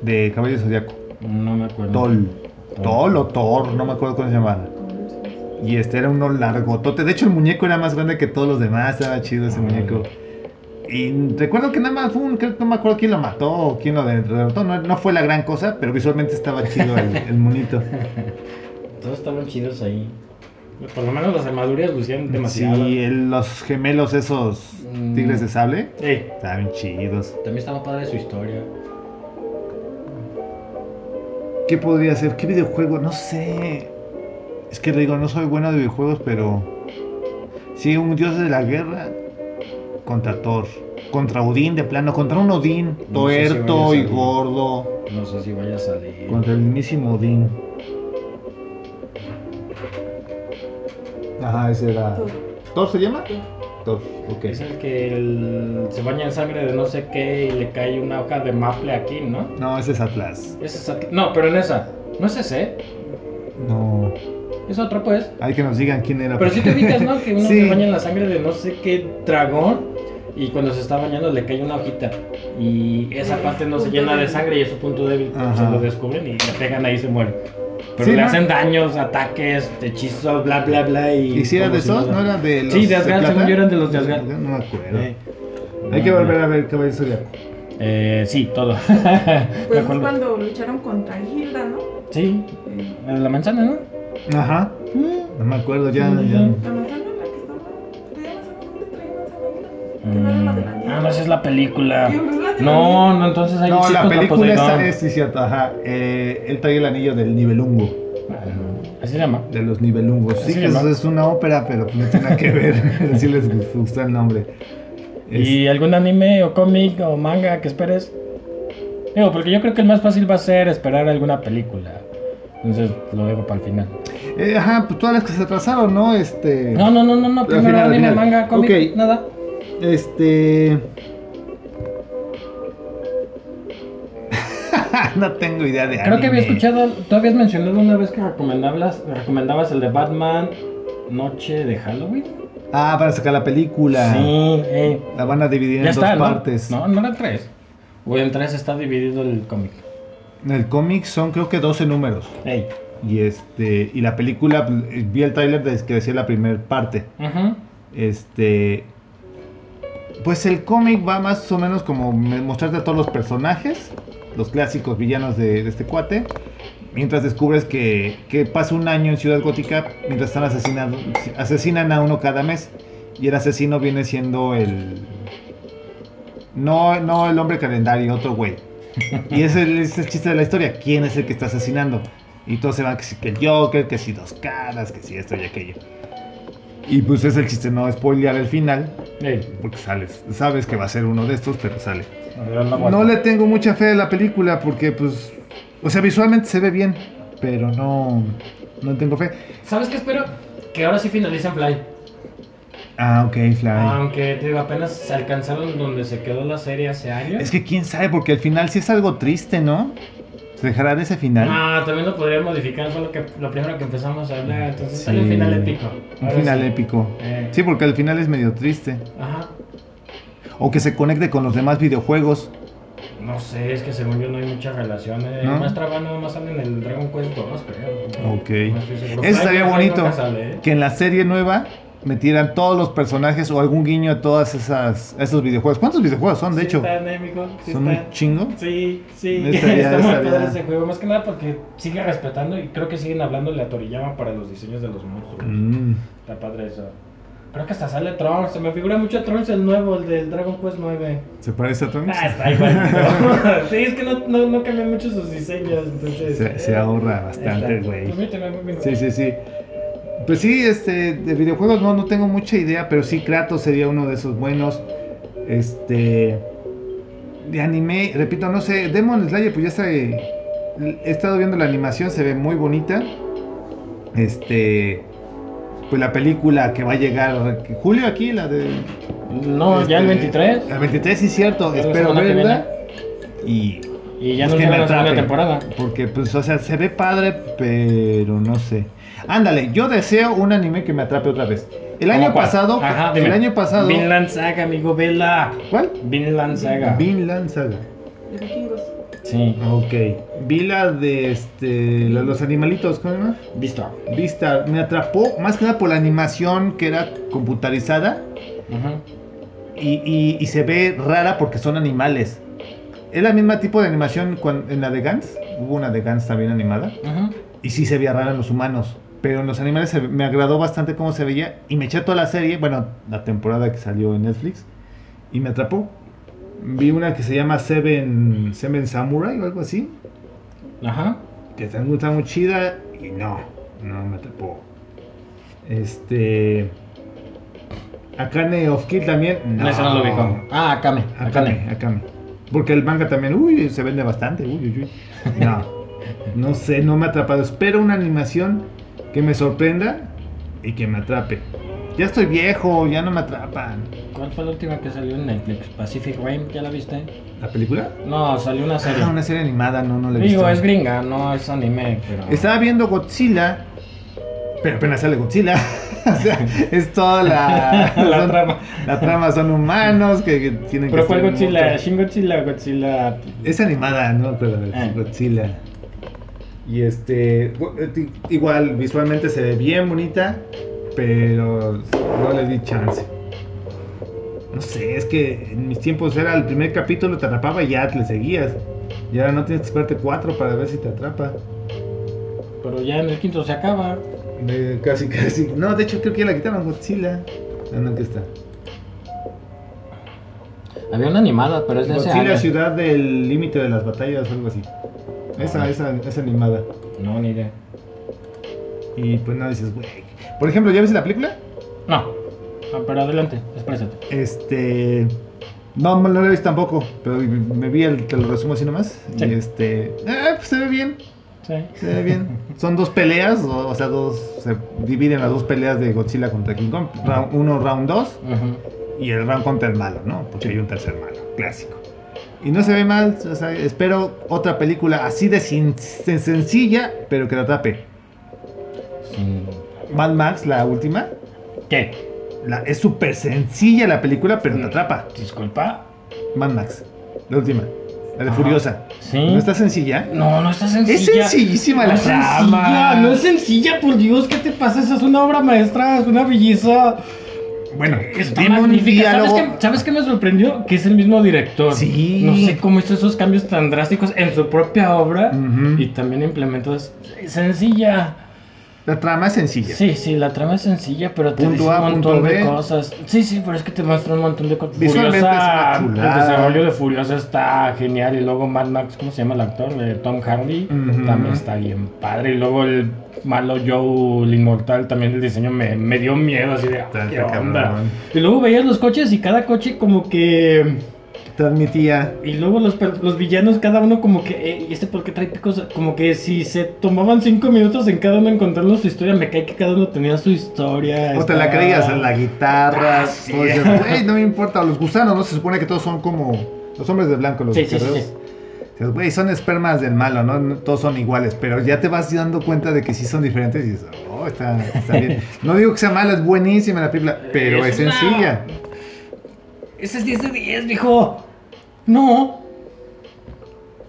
Speaker 1: De Caballeros Zodíaco.
Speaker 2: No me acuerdo.
Speaker 1: Tol. Tol o Thor, no me acuerdo cómo se llamaba. Y este era uno largotote. De hecho, el muñeco era más grande que todos los demás. Estaba chido ese
Speaker 2: Ay.
Speaker 1: muñeco. Y recuerdo que nada más fue un. creo que No me acuerdo quién lo mató o quién lo derrotó. No, no fue la gran cosa, pero visualmente estaba chido el, el monito.
Speaker 2: Todos estaban chidos ahí. Por lo menos las armaduras lucían demasiado.
Speaker 1: Sí, el- los gemelos esos
Speaker 2: Mm.
Speaker 1: tigres de sable.
Speaker 2: Eh,
Speaker 1: Estaban chidos.
Speaker 2: también estaba padre su historia.
Speaker 1: ¿Qué podría ser? ¿Qué videojuego? No sé. Es que digo, no soy bueno de videojuegos, pero. Sí, un dios de la guerra contra Thor. Contra Odín, de plano. Contra un Odín
Speaker 2: No sé si
Speaker 1: tuerto
Speaker 2: vaya a
Speaker 1: y
Speaker 2: salir.
Speaker 1: gordo.
Speaker 2: No sé si vaya a salir.
Speaker 1: Contra el mismísimo Odín. Ajá, ese era. ¿Thor se llama? Thor, ok.
Speaker 2: Es el que el- se baña en sangre de no sé qué y le cae una hoja de maple aquí, ¿no?
Speaker 1: No, ese es Atlas.
Speaker 2: Ese es aquí- No, pero en esa. No es ese. ¿eh?
Speaker 1: No.
Speaker 2: Es otro, pues.
Speaker 1: Hay que nos digan quién era.
Speaker 2: Pero si te fijas, ¿no? Que uno
Speaker 1: Sí.
Speaker 2: se baña en la sangre de no sé qué dragón y cuando se está bañando le cae una hojita y esa parte no se llena de sangre y es su punto débil.
Speaker 1: Ajá.
Speaker 2: Se lo descubren y le pegan ahí y se mueren. Pero
Speaker 1: Sí,
Speaker 2: le
Speaker 1: ¿no?
Speaker 2: hacen daños, ataques, hechizos, bla, bla, bla.
Speaker 1: (laughs)
Speaker 2: ¿Y,
Speaker 1: ¿Y si era
Speaker 2: como
Speaker 1: de esos? ¿No
Speaker 2: nada.
Speaker 1: era de los
Speaker 2: Sí, de Asgard, según
Speaker 1: plata?
Speaker 2: yo eran de los de Asgard.
Speaker 1: No me acuerdo.
Speaker 2: Eh,
Speaker 1: Hay que volver a ver Caballero Zodiaco.
Speaker 2: Eh, sí, todo. (laughs) Me
Speaker 3: Pues es
Speaker 2: acuerdo.
Speaker 3: cuando lucharon contra Hilda, ¿no?
Speaker 2: Sí,
Speaker 3: Eh,
Speaker 2: la manzana, ¿no?
Speaker 1: Ajá. No me acuerdo, ya.
Speaker 2: Sí,
Speaker 1: ya.
Speaker 3: La manzana en la que estaba. traía manzana, ¿dónde traía manzana Hilda? Que no era la de la nieve.
Speaker 2: Ah, no, esa es la película.
Speaker 3: Sí, pero es la de la
Speaker 2: No, no, entonces hay
Speaker 1: No, la película esa
Speaker 2: esa
Speaker 1: es, sí, cierto, ajá. Eh, él trae el anillo del nivelungo,
Speaker 2: Ah, Así se llama.
Speaker 1: de los nivelungos. Sí,
Speaker 2: Así
Speaker 1: que
Speaker 2: se llama.
Speaker 1: eso es una ópera, pero pues no tiene nada que (laughs) ver. sí les gu- gusta el nombre. Es-
Speaker 2: ¿Y algún anime o cómic o manga que esperes? Digo, porque yo creo que el más fácil va a ser esperar alguna película. Entonces lo dejo para el final.
Speaker 1: eh, ajá, pues todas las que se atrasaron, ¿no? Este.
Speaker 2: No, no, no, no, no.
Speaker 1: Al
Speaker 2: Primero
Speaker 1: final, al
Speaker 2: anime,
Speaker 1: final.
Speaker 2: manga, cómic,
Speaker 1: Ok.
Speaker 2: nada.
Speaker 1: Este. (laughs) no tengo idea de
Speaker 2: Creo que había
Speaker 1: anime.
Speaker 2: escuchado, tú habías mencionado una vez que recomendabas, recomendabas el de Batman Noche de Halloween.
Speaker 1: Ah, para sacar la película.
Speaker 2: Sí, eh.
Speaker 1: La van a dividir
Speaker 2: Ya
Speaker 1: en
Speaker 2: está,
Speaker 1: dos
Speaker 2: ¿no?
Speaker 1: partes.
Speaker 2: No, no eran tres. O en tres está dividido el cómic.
Speaker 1: En el cómic son creo que 12 números.
Speaker 2: Ey,
Speaker 1: Y este y la película, pues, vi el tráiler desde que decía la primera parte.
Speaker 2: Ajá.
Speaker 1: Este. Pues el cómic va más o menos como me- mostrarte a todos los personajes, los clásicos villanos de, de este cuate, mientras descubres que, que pasa un año en Ciudad Gótica mientras están asesinando, asesinan a uno cada mes y el asesino viene siendo el... No, no el hombre calendario, otro güey. Y ese es el chiste de la historia, quién es el que está asesinando. Y todos se van que si que el Joker, que si dos caras, que si esto y aquello. Y pues es el chiste, no spoilear el final,
Speaker 2: Ey,
Speaker 1: porque sales, sabes que va a ser uno de estos, pero sale. No
Speaker 4: No
Speaker 1: le tengo mucha fe a la película porque pues, o sea, visualmente se ve bien, pero no, no tengo fe.
Speaker 2: ¿Sabes qué espero? Que ahora sí finalicen Fly.
Speaker 1: Ah, ok, Fly.
Speaker 2: Aunque te digo, apenas alcanzaron donde se quedó la serie hace años.
Speaker 1: Es que quién sabe, porque al final sí es algo triste, ¿no? ¿Se dejará de ese final?
Speaker 2: Ah, también lo podría modificar, fue lo, que, lo primero que empezamos a hablar. Entonces,
Speaker 1: Sí.
Speaker 2: sale un final épico.
Speaker 1: Un
Speaker 2: Ahora
Speaker 1: final
Speaker 2: sí.
Speaker 1: épico.
Speaker 2: Eh.
Speaker 1: Sí, porque al final es medio triste.
Speaker 2: Ajá.
Speaker 1: O que se conecte con los demás videojuegos.
Speaker 2: No sé, es que según yo no hay muchas relaciones.
Speaker 1: ¿No?
Speaker 2: El Más traba nada más sale en el Dragon Quest 2, creo.
Speaker 1: Ok.
Speaker 2: No estoy seguro.
Speaker 1: Eso estaría
Speaker 2: Fly, Fly
Speaker 1: bonito.
Speaker 2: nunca sale, ¿eh?
Speaker 1: Que en la serie nueva metieran todos los personajes o algún guiño a todas esas a esos videojuegos. ¿Cuántos videojuegos son? De
Speaker 2: Sí
Speaker 1: hecho,
Speaker 2: Está anémico, sí
Speaker 1: son
Speaker 2: está.
Speaker 1: un chingo.
Speaker 2: Sí, sí. (laughs)
Speaker 1: Estaría-
Speaker 2: está muy
Speaker 1: estaría-
Speaker 2: padre ese juego. Más que nada porque sigue respetando y creo que siguen hablándole a Toriyama para los diseños de los monstruos.
Speaker 1: Mm.
Speaker 2: Está padre eso. Creo que hasta sale Trunks. Se me figura mucho Trunks el nuevo, el del Dragon Quest 9.
Speaker 1: ¿Se parece a Trunks?
Speaker 2: Ah, (laughs) está igual. (laughs) sí, es que no, no, no cambian mucho sus diseños. Entonces,
Speaker 1: Se- se ahorra bastante,
Speaker 2: Exacto.
Speaker 1: güey.
Speaker 2: Pues mira, te va muy bien.
Speaker 1: Sí, sí, sí. Pues sí, este, de videojuegos no, no tengo mucha idea, pero sí Kratos sería uno de esos buenos. Este, de anime, repito, no sé, Demon Slayer, pues ya está, eh, he estado viendo la animación, se ve muy bonita. Este, pues la película que va a llegar julio aquí, la de...
Speaker 2: No, Oh, ya el
Speaker 1: este,
Speaker 2: 23.
Speaker 1: El 23, sí, cierto,
Speaker 2: Ya la
Speaker 1: espero
Speaker 2: semana que
Speaker 1: verla. Y
Speaker 2: Y ya
Speaker 1: Es
Speaker 2: no
Speaker 1: que
Speaker 2: llega
Speaker 1: me
Speaker 2: la segunda
Speaker 1: atrape.
Speaker 2: temporada.
Speaker 1: Porque, pues, o sea, se ve padre, pero no sé. Ándale, yo deseo un anime que me atrape otra vez. El año
Speaker 2: ¿Cómo cuál?
Speaker 1: pasado,
Speaker 2: Ajá, dime.
Speaker 1: el año pasado,
Speaker 2: Vinland Saga, amigo, vela.
Speaker 1: ¿cuál?
Speaker 2: Vinland Saga.
Speaker 1: Vinland Saga.
Speaker 3: De vikingos.
Speaker 2: sí.
Speaker 1: Ok. Vi la de este, la de los animalitos, ¿cómo se llama?
Speaker 2: Visto.
Speaker 1: Vista, me atrapó más que nada por la animación que era computarizada
Speaker 2: Ajá.
Speaker 1: y, y- y se ve rara porque son animales. Es la misma tipo de animación cuan- en la de Gans. Hubo una de Gans también animada.
Speaker 2: Ajá.
Speaker 1: y sí se veía rara en los humanos. Pero en los animales se- me agradó bastante cómo se veía y me eché toda la serie, bueno, la temporada que salió en Netflix y me atrapó. Vi una que se llama Seven, Seven Samurai o algo así,
Speaker 2: Ajá.
Speaker 1: que también está muy chida y no, no me atrapó. Este. Akane of Kill también.
Speaker 2: No, ese no lo ubico. Ah, Akame.
Speaker 1: Akane, Akane. Porque el manga también, uy, se vende bastante, uy, uy, uy. No, no sé, no me ha atrapado. Espero una animación que me sorprenda y que me atrape. Ya estoy viejo, ya no me atrapan.
Speaker 2: ¿Cuál fue la última que salió en Netflix? Pacific Rim, ¿ya la viste?
Speaker 1: ¿La película?
Speaker 2: No, salió una serie.
Speaker 1: Ah, una serie animada, no, no la he
Speaker 2: Digo,
Speaker 1: visto.
Speaker 2: es gringa, no es anime, pero.
Speaker 1: Estaba viendo Godzilla, pero apenas sale Godzilla. (laughs) o sea, es toda la,
Speaker 2: (laughs) La
Speaker 1: son-
Speaker 2: trama.
Speaker 1: La trama son humanos que, que tienen que
Speaker 2: Pero
Speaker 1: estar
Speaker 2: ¿cuál
Speaker 1: en
Speaker 2: Godzilla?
Speaker 1: moto.
Speaker 2: ¿Shin Godzilla o Godzilla?
Speaker 1: Es animada, no me acuerdo,
Speaker 2: Ah.
Speaker 1: Godzilla. Y este, gu- eh, ti- igual visualmente se ve bien bonita, pero no le di chance. No sé, es que en mis tiempos era el primer capítulo, te atrapaba y ya te le seguías. Y ahora no tienes que esperarte cuatro para ver si te atrapa.
Speaker 2: Pero ya en el quinto se acaba.
Speaker 1: Eh, casi, casi. No, de hecho creo que ya la quitaron Godzilla. Ah, no, aquí está.
Speaker 2: Había una animada, pero es de ese
Speaker 1: Godzilla,
Speaker 2: año.
Speaker 1: ciudad del límite de las batallas o algo así. Esa, esa, esa animada.
Speaker 2: No, ni idea.
Speaker 1: Y pues no dices, güey. Por ejemplo, ¿ya viste la película?
Speaker 2: No. Ah, pero adelante, exprésate.
Speaker 1: Este. No, no la he visto tampoco, pero me vi el, te lo resumo así nomás.
Speaker 2: Sí.
Speaker 1: Y este. eh, pues se ve bien,
Speaker 2: Sí.
Speaker 1: se ve
Speaker 2: (laughs)
Speaker 1: bien. Son dos peleas, o, o sea, dos. Se dividen las dos peleas de Godzilla contra King Kong. Ra- uno, round 2,
Speaker 2: Ujú.
Speaker 1: y el round contra el malo, ¿no? Porque hay un tercer malo, clásico. Y no se ve mal, o sea, espero otra película así de sin- sen- sencilla, pero que la atrape.
Speaker 2: Sí.
Speaker 1: Mad Max, la última,
Speaker 2: ¿Qué?
Speaker 1: la- es súper sencilla la película, pero te atrapa.
Speaker 2: Disculpa.
Speaker 1: Mad Max, la última. La de Furiosa.
Speaker 2: Sí.
Speaker 1: ¿No está sencilla?
Speaker 2: ¿Eh? No, no está sencilla.
Speaker 1: Es sencillísima la
Speaker 2: no es
Speaker 1: trama.
Speaker 2: sencilla, no es sencilla, por Dios, ¿qué te pasa? Esa es una obra maestra, es una belleza.
Speaker 1: Bueno,
Speaker 2: Está
Speaker 1: tiene un
Speaker 2: magnífica. ¿Sabes
Speaker 1: diálogo.
Speaker 2: qué, ¿Sabes qué me sorprendió? Que es el mismo director.
Speaker 1: Sí.
Speaker 2: No sé cómo hizo esos cambios tan drásticos en su propia obra
Speaker 1: Ujú.
Speaker 2: y también implementó. es- es Sencilla.
Speaker 1: La trama es sencilla.
Speaker 2: Sí, sí, la trama es sencilla, pero te
Speaker 1: Punto
Speaker 2: dice
Speaker 1: A,
Speaker 2: un
Speaker 1: punto
Speaker 2: montón de
Speaker 1: B.
Speaker 2: cosas. Sí, sí, pero es que te muestra un montón de cosas.
Speaker 1: Visualmente
Speaker 2: Furiosa,
Speaker 1: es una
Speaker 2: el
Speaker 1: chulada.
Speaker 2: desarrollo de Furiosa está genial. Y luego Mad Max, ¿cómo se llama el actor? Eh, Tom Hardy,
Speaker 1: Ujú.
Speaker 2: también está bien padre. Y luego el malo Joe, el inmortal, también el diseño me, me dio miedo, así de, "Ah,
Speaker 1: Está-
Speaker 2: ¿qué
Speaker 1: está
Speaker 2: onda?
Speaker 1: cabrón.
Speaker 2: Y luego veías los coches y cada coche como que...
Speaker 1: Transmitía.
Speaker 2: Y luego los, per- los villanos, cada uno como que, eh, ¿y este por qué trae picos? Como que si se tomaban cinco minutos en cada uno encontrando su historia, me cae que cada uno tenía su
Speaker 1: O
Speaker 2: historia.
Speaker 1: te
Speaker 2: estaba-
Speaker 1: la creías, la guitarra.
Speaker 2: Ah, sí.
Speaker 1: todo eso.
Speaker 2: (laughs)
Speaker 1: Güey, no me importa. Los gusanos, ¿no? Se supone que todos son como los hombres de blanco, los
Speaker 2: Sí, sí, sí,
Speaker 1: guerreros.
Speaker 2: sí.
Speaker 1: Dices, Güey, son espermas del malo, ¿no? No Todos son iguales, pero ya te vas dando cuenta de que sí son diferentes y dices, oh, está, está
Speaker 2: (laughs)
Speaker 1: bien. No digo que sea mala, es buenísima la película, pero es,
Speaker 2: Es una-
Speaker 1: sencilla.
Speaker 2: Ese es 10 de 10, viejo. No.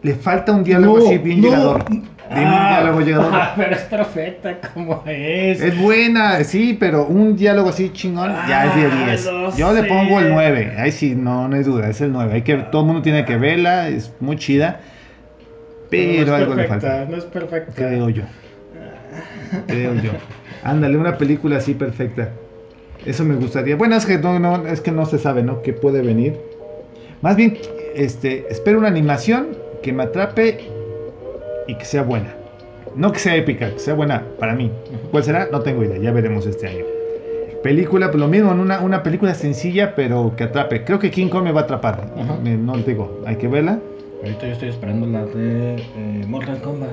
Speaker 1: Le falta un diálogo
Speaker 2: No,
Speaker 1: así bien
Speaker 2: no.
Speaker 1: llegador. Dime un diálogo llegador.
Speaker 2: Ah, (laughs) pero es perfecta como es.
Speaker 1: Es buena, sí, pero un diálogo así chingón ya es 10
Speaker 2: Ah,
Speaker 1: 10.
Speaker 2: lo
Speaker 1: Yo le
Speaker 2: sé.
Speaker 1: pongo el 9. Ahí sí, no, no hay duda, es el 9. Hay que, todo el mundo tiene que verla, es muy chida, pero
Speaker 2: no es
Speaker 1: algo le
Speaker 2: perfecta,
Speaker 1: falta.
Speaker 2: No es perfecta. Ah.
Speaker 1: Creo yo. Creo yo. Ándale, una película así perfecta. Eso me gustaría. Bueno, es que no, no, es que no se sabe, ¿no? Que puede venir. Más bien, este, espero una animación que me atrape y que sea buena. No que sea épica, que sea buena para mí. ¿Cuál será? No tengo idea, ya veremos este año. Película, pues lo mismo, en una, una película sencilla pero que atrape. Creo que King Kong me va a atrapar.
Speaker 2: Ajá.
Speaker 1: Me- no te digo, hay que verla.
Speaker 2: Ahorita yo estoy esperando la de eh, Mortal Kombat.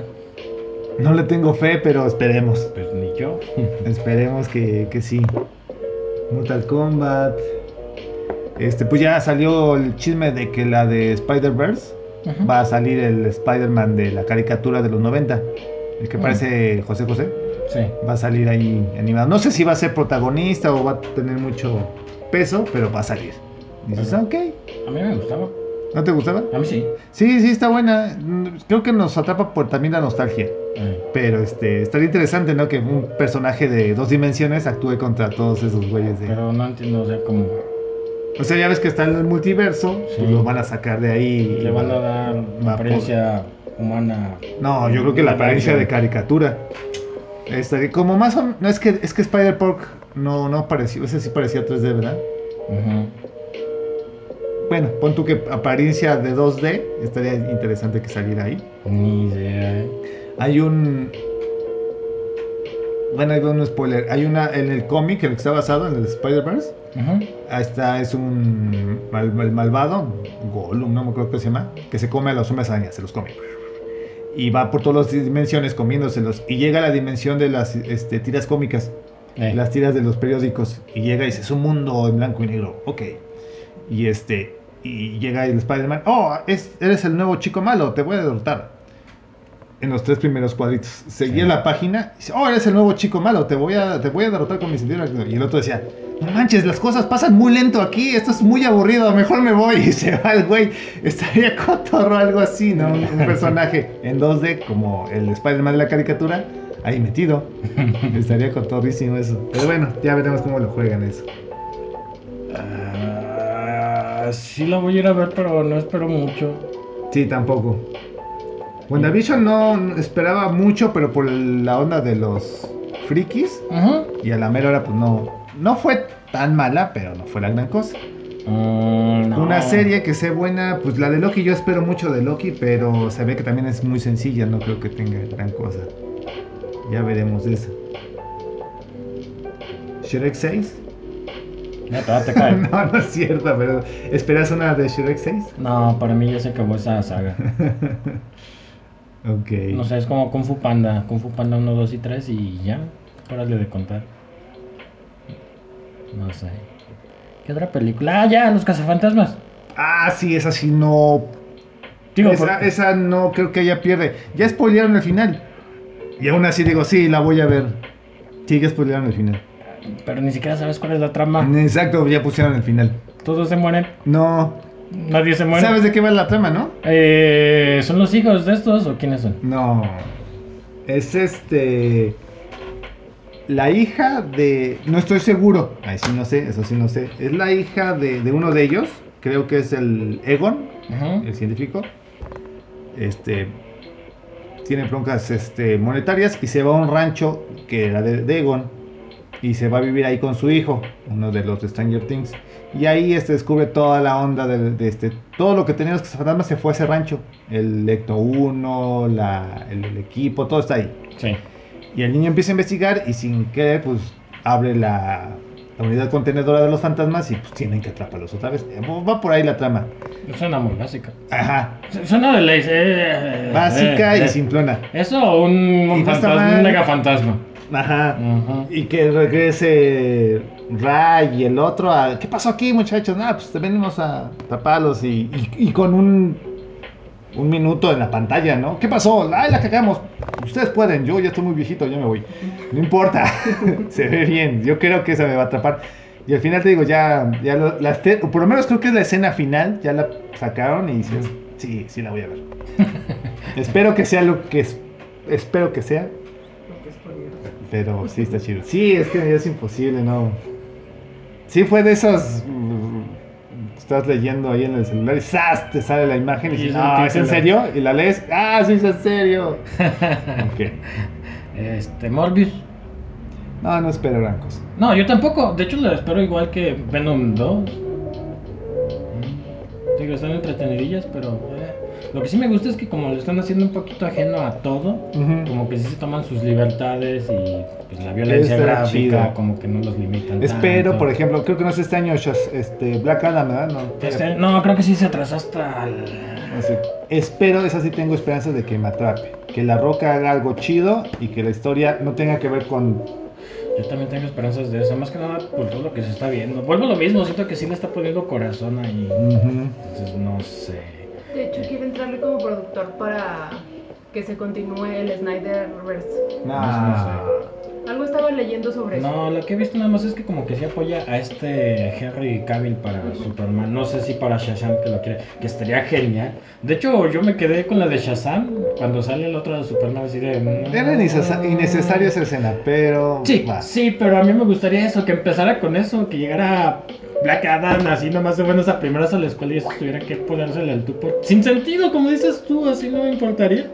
Speaker 1: No le tengo fe, pero esperemos.
Speaker 2: Pues ni yo.
Speaker 1: Esperemos que, que sí. Mortal Kombat. Este, pues ya salió el chisme de que la de Spider-Verse
Speaker 2: Ujú.
Speaker 1: va a salir el Spider-Man de la caricatura de los 90. El que
Speaker 2: Mm.
Speaker 1: parece José José.
Speaker 2: Sí.
Speaker 1: Va a salir ahí animado. No sé si va a ser protagonista o va a tener mucho peso, pero va a salir. Dices, "Ah,
Speaker 2: Pero-
Speaker 1: ok.
Speaker 2: A mí me gustaba.
Speaker 1: ¿No te gustaba?
Speaker 2: A mí sí.
Speaker 1: Sí, sí, está buena. Mm, Creo que nos atrapa por también la nostalgia.
Speaker 2: Ay.
Speaker 1: Pero este, estaría interesante, ¿no? Que un personaje de dos dimensiones actúe contra todos esos güeyes de.
Speaker 2: Pero no entiendo, o sea, como
Speaker 1: O sea, ya ves que está en el multiverso,
Speaker 2: Sí.
Speaker 1: pues lo van a sacar de ahí. y
Speaker 2: le van
Speaker 1: va-
Speaker 2: a dar
Speaker 1: va
Speaker 2: una apariencia humana.
Speaker 1: No, yo creo que la apariencia de caricatura. Este, como más o no es que es que Spider Pork no no pareció, ese sí parecía 3D, ¿verdad?
Speaker 2: Ujú.
Speaker 1: Bueno, pon tú que apariencia de 2D, estaría interesante que saliera ahí.
Speaker 2: Ni idea, ¿eh?
Speaker 1: Hay un. Bueno, hay un spoiler. Hay una. En el cómic, el que está basado en el Spider-Verse.
Speaker 2: Ujú.
Speaker 1: ahí está es un. mal- el malvado. Gollum, no me acuerdo qué se llama. Que se come a los hombres arañas, se los come. Y va por todas las dimensiones comiéndoselos. Y llega a la dimensión de las este, tiras cómicas.
Speaker 2: Eh,
Speaker 1: Las tiras de los periódicos. Y llega y dice: Es un mundo en blanco y negro. Ok. Y este. Y llega el Spider-Man. Oh, es- eres el nuevo chico malo. Te voy a derrotar. En los tres primeros cuadritos. Seguía
Speaker 2: Sí.
Speaker 1: la página. y dice, oh, eres el nuevo chico malo. Te voy a, te voy a derrotar con mis tiras. Y el otro decía: No manches, las cosas pasan muy lento aquí. Esto es muy aburrido. Mejor me voy. (laughs) Y se va el güey. Estaría (laughs) cotorro algo así, ¿no? Un, un personaje en 2D como el Spider-Man de la caricatura. Ahí metido. Estaría cotorrísimo eso. Pero bueno, ya veremos cómo lo juegan eso.
Speaker 2: ah, sí la voy a ir a ver, pero no espero mucho.
Speaker 1: Sí, tampoco. WandaVision no esperaba mucho, pero por la onda de los frikis.
Speaker 2: Ujú.
Speaker 1: Y a la mera hora, pues no. No fue tan mala, pero no fue la gran cosa.
Speaker 2: Mm, no.
Speaker 1: Una serie que sea buena, pues la de Loki, yo espero mucho de Loki, pero se ve que también es muy sencilla, no creo que tenga gran cosa. Ya veremos esa. Shrek 6?
Speaker 2: Ya te va, te
Speaker 1: (laughs)
Speaker 2: cae. (laughs)
Speaker 1: No, no es cierto, pero ¿esperas una de Shrek 6?
Speaker 2: No, para mí ya se acabó esa saga.
Speaker 1: Ok.
Speaker 2: No sé, es como Kung Fu Panda. Kung Fu Panda 1, 2 y 3 y ya. Párale de contar. No sé. ¿Qué otra película? Ah, ya, Los Cazafantasmas.
Speaker 1: Ah, sí, esa sí no.
Speaker 2: Digo,
Speaker 1: esa,
Speaker 2: por-
Speaker 1: esa no creo que ella pierde. Ya spoilearon el final. Y aún así digo, sí, la voy a ver. Sí, ya spoilearon el final.
Speaker 2: pero ni siquiera sabes cuál es la trama.
Speaker 1: Exacto, ya pusieron el final.
Speaker 2: Todos se mueren.
Speaker 1: No,
Speaker 2: Nadie se muere.
Speaker 1: ¿Sabes de qué va la trama, no?
Speaker 2: Eh, ¿Son los hijos de estos o quiénes son?
Speaker 1: No. Es este. La hija de. No estoy seguro. Ahí sí no sé, eso sí no sé. Es la hija de, de uno de ellos. Creo que es el Egon,
Speaker 2: Ajá.
Speaker 1: el científico. Este. Tiene broncas este, monetarias y se va a un rancho que era de, de Egon. Y se va a vivir ahí con su hijo, uno de los de Stranger Things. Y ahí este, descubre toda la onda de, de este. Todo lo que tenían los fantasmas se fue a ese rancho. El Ecto 1, la- el- el equipo, todo está ahí.
Speaker 2: Sí.
Speaker 1: Y el niño empieza a investigar y sin querer, pues abre la, la unidad contenedora de los fantasmas y pues tienen que atraparlos otra vez. Eh, Va por ahí la trama.
Speaker 2: Suena muy básica.
Speaker 1: Ajá.
Speaker 2: Su- Suena de ley. eh,
Speaker 1: Ah. Básica
Speaker 2: eh,
Speaker 1: y
Speaker 2: eh.
Speaker 1: simplona.
Speaker 2: Eso o un, un
Speaker 1: Y no está
Speaker 2: fantasma, un
Speaker 1: mal.
Speaker 2: megafantasma.
Speaker 1: Ajá.
Speaker 2: Ajá.
Speaker 1: Y que regrese Ray y el otro a... ¿Qué pasó aquí, muchachos? Nada, pues te venimos a taparlos y, y- y con un... Un minuto en la pantalla, ¿no? ¿Qué pasó? ¡Ay, la cagamos! Ustedes pueden, yo ya estoy muy viejito, ya me voy. No importa, (laughs) se ve bien. Yo creo que esa me va a atrapar. Y al final te digo, ya, ya lo- las te- o por lo menos creo que es la escena final, ya la sacaron y dices, sí, sí la voy a ver. espero que sea lo que es- espero que sea,
Speaker 3: Porque es spoiler.
Speaker 1: pero
Speaker 2: Pues
Speaker 1: sí está chido. Sí, es que es imposible, ¿no? Sí, fue de esas. mm, Estás leyendo ahí en el celular y ¡zas! te sale la imagen y,
Speaker 2: Y
Speaker 1: dices,
Speaker 2: es el
Speaker 1: no, ¿es en
Speaker 2: título".
Speaker 1: serio? Y la lees, ¡ah, sí, es en
Speaker 2: (laughs)
Speaker 1: serio! Ok.
Speaker 2: Este, Morbius.
Speaker 1: No, no espero gran cosa.
Speaker 2: No, yo tampoco. De hecho, la espero igual que Venom 2. Digo, están entretenidillas, pero. eh, Lo que sí me gusta es que, como lo están haciendo un poquito ajeno a todo,
Speaker 1: Ujú.
Speaker 2: como que sí se toman sus libertades y pues, la violencia
Speaker 1: Está
Speaker 2: gráfica,
Speaker 1: chido.
Speaker 2: como que no los limitan.
Speaker 1: Espero,
Speaker 2: tanto.
Speaker 1: por ejemplo, creo que no es este año, Shaz- este, Black Adam, ¿verdad? No,
Speaker 2: Este, no, creo que sí se atrasó hasta. el-
Speaker 1: no sé. Espero, esa sí tengo esperanzas de que me atrape. Que La Roca haga algo chido y que la historia no tenga que ver con...
Speaker 2: Yo también tengo esperanzas de eso, más que nada por todo lo que se está viendo. Vuelvo a lo mismo, siento que sí le está poniendo corazón ahí.
Speaker 1: Ujú.
Speaker 2: Entonces, no sé.
Speaker 4: De hecho, quiero entrarle como productor para que se continúe el Snyderverse.
Speaker 1: Nah.
Speaker 4: Algo estaba leyendo sobre eso.
Speaker 2: No, lo que he visto nada más es que como que sí apoya a este Henry Cavill para Superman. No sé si para Shazam que lo quiere, que estaría genial. De hecho, yo me quedé con la de Shazam cuando sale el otro de Superman así de...
Speaker 1: Era innecesa- innecesaria esa escena, pero...
Speaker 2: Sí,
Speaker 1: va.
Speaker 2: sí, pero a mí me gustaría eso, que empezara con eso, que llegara Black Adam así nomás de buenas a primeras a la escuela y eso tuviera que ponérsele al tú por... Sin sentido, como dices tú, así no me importaría.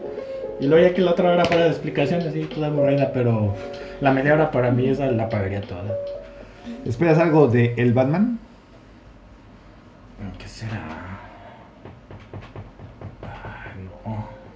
Speaker 2: Y luego ya que la otra hora fuera de explicación, así toda aburrida, pero la media hora para mí esa la pagaría toda.
Speaker 1: ¿Esperas algo de El Batman?
Speaker 2: ¿Qué será? Ah,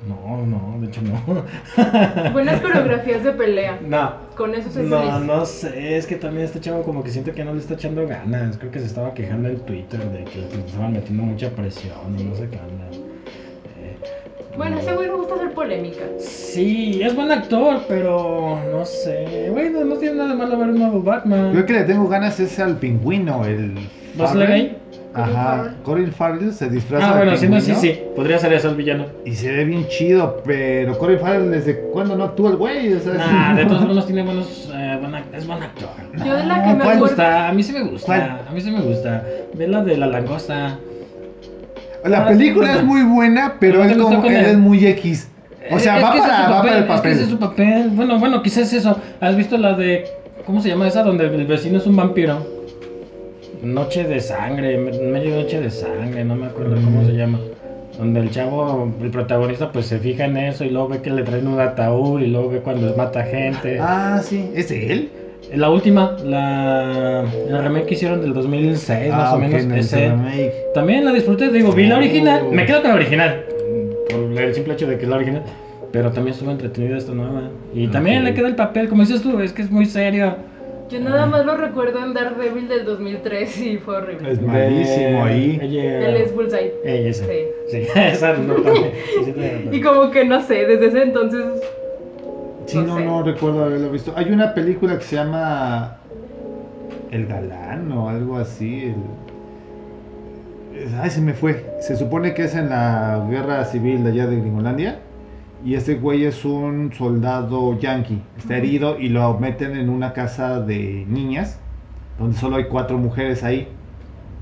Speaker 2: No, no, no, de hecho no. (laughs)
Speaker 4: Buenas coreografías de pelea.
Speaker 2: no.
Speaker 4: Con eso se
Speaker 2: No, no sé, es que también este chavo como que siento que no le está echando ganas. Creo que se estaba quejando en Twitter de que le estaban metiendo mucha presión y no sé qué onda. Eh,
Speaker 4: Bueno, ese güey me gusta hacer polémica.
Speaker 2: Sí, es buen actor, pero no sé. Bueno, no tiene nada de malo ver un nuevo
Speaker 1: Yo
Speaker 2: Batman.
Speaker 1: que le tengo ganas es al pingüino, el...
Speaker 2: ¿Vas
Speaker 1: Farrell.
Speaker 2: a ahí?
Speaker 1: Ajá. Corin Farrell se disfraza
Speaker 2: Ah,
Speaker 1: de
Speaker 2: bueno, siendo así,
Speaker 1: pingüino.
Speaker 2: sí. Podría ser eso el villano.
Speaker 1: Y se ve bien chido, pero Corey Farrell, ¿desde cuándo no actúa el güey? O sea,
Speaker 2: Nah, de todos modos tiene buenos. eh, buen ac- es buen actor.
Speaker 4: Yo de la que me
Speaker 2: Me
Speaker 4: acuerdo.
Speaker 2: gusta, a mí sí me gusta.
Speaker 1: ¿Cuál?
Speaker 2: A mí sí me gusta. Ve la de la langosta.
Speaker 1: (laughs) La película es muy buena, pero
Speaker 2: ¿No te
Speaker 1: él,
Speaker 2: gustó
Speaker 1: como,
Speaker 2: con
Speaker 1: él
Speaker 2: él?
Speaker 1: es muy X. O sea,
Speaker 2: Es
Speaker 1: va,
Speaker 2: que ese es
Speaker 1: para,
Speaker 2: su
Speaker 1: va para el
Speaker 2: Es que
Speaker 1: papel.
Speaker 2: ese es su papel. Bueno, bueno, quizás eso. ¿Has visto la de. ¿Cómo se llama esa? Donde el vecino es un vampiro. Noche de sangre, me- medio noche de sangre, no me acuerdo cómo se llama. Donde el chavo, el protagonista, pues se fija en eso y luego ve que le traen un ataúd y luego ve cuando mata gente.
Speaker 1: Ah, sí. ¿Es él?
Speaker 2: La última, la, la remake que hicieron del 2006, más
Speaker 1: Ah,
Speaker 2: o
Speaker 1: ok,
Speaker 2: menos.
Speaker 1: no, es
Speaker 2: ese.
Speaker 1: el remake.
Speaker 2: También la disfruté, digo, vi la original,
Speaker 1: Oh.
Speaker 2: me quedo con la original, por el simple hecho de que es la original, pero también estuvo entretenida esta nueva. Y también
Speaker 1: Ok.
Speaker 2: le queda el papel, como dices tú, es que es muy serio.
Speaker 4: Yo nada más lo recuerdo en Daredevil del 2003 y fue horrible.
Speaker 1: Es malísimo ahí.
Speaker 4: Él
Speaker 2: Ella,
Speaker 4: es Bullseye.
Speaker 2: ella esa.
Speaker 4: Sí.
Speaker 2: Sí, (laughs) esa no también.
Speaker 4: (laughs)
Speaker 2: sí, tiene razón.
Speaker 4: Y como que no sé, desde ese entonces.
Speaker 1: Sí, no,
Speaker 4: sé.
Speaker 1: no recuerdo haberlo visto. Hay una película que se llama El Galán o algo así. el- Ay, se me fue. Se supone que es en la guerra civil de allá de Gringolandia. Y este güey es un soldado yanqui. Está herido y lo meten en una casa de niñas donde solo hay cuatro mujeres ahí.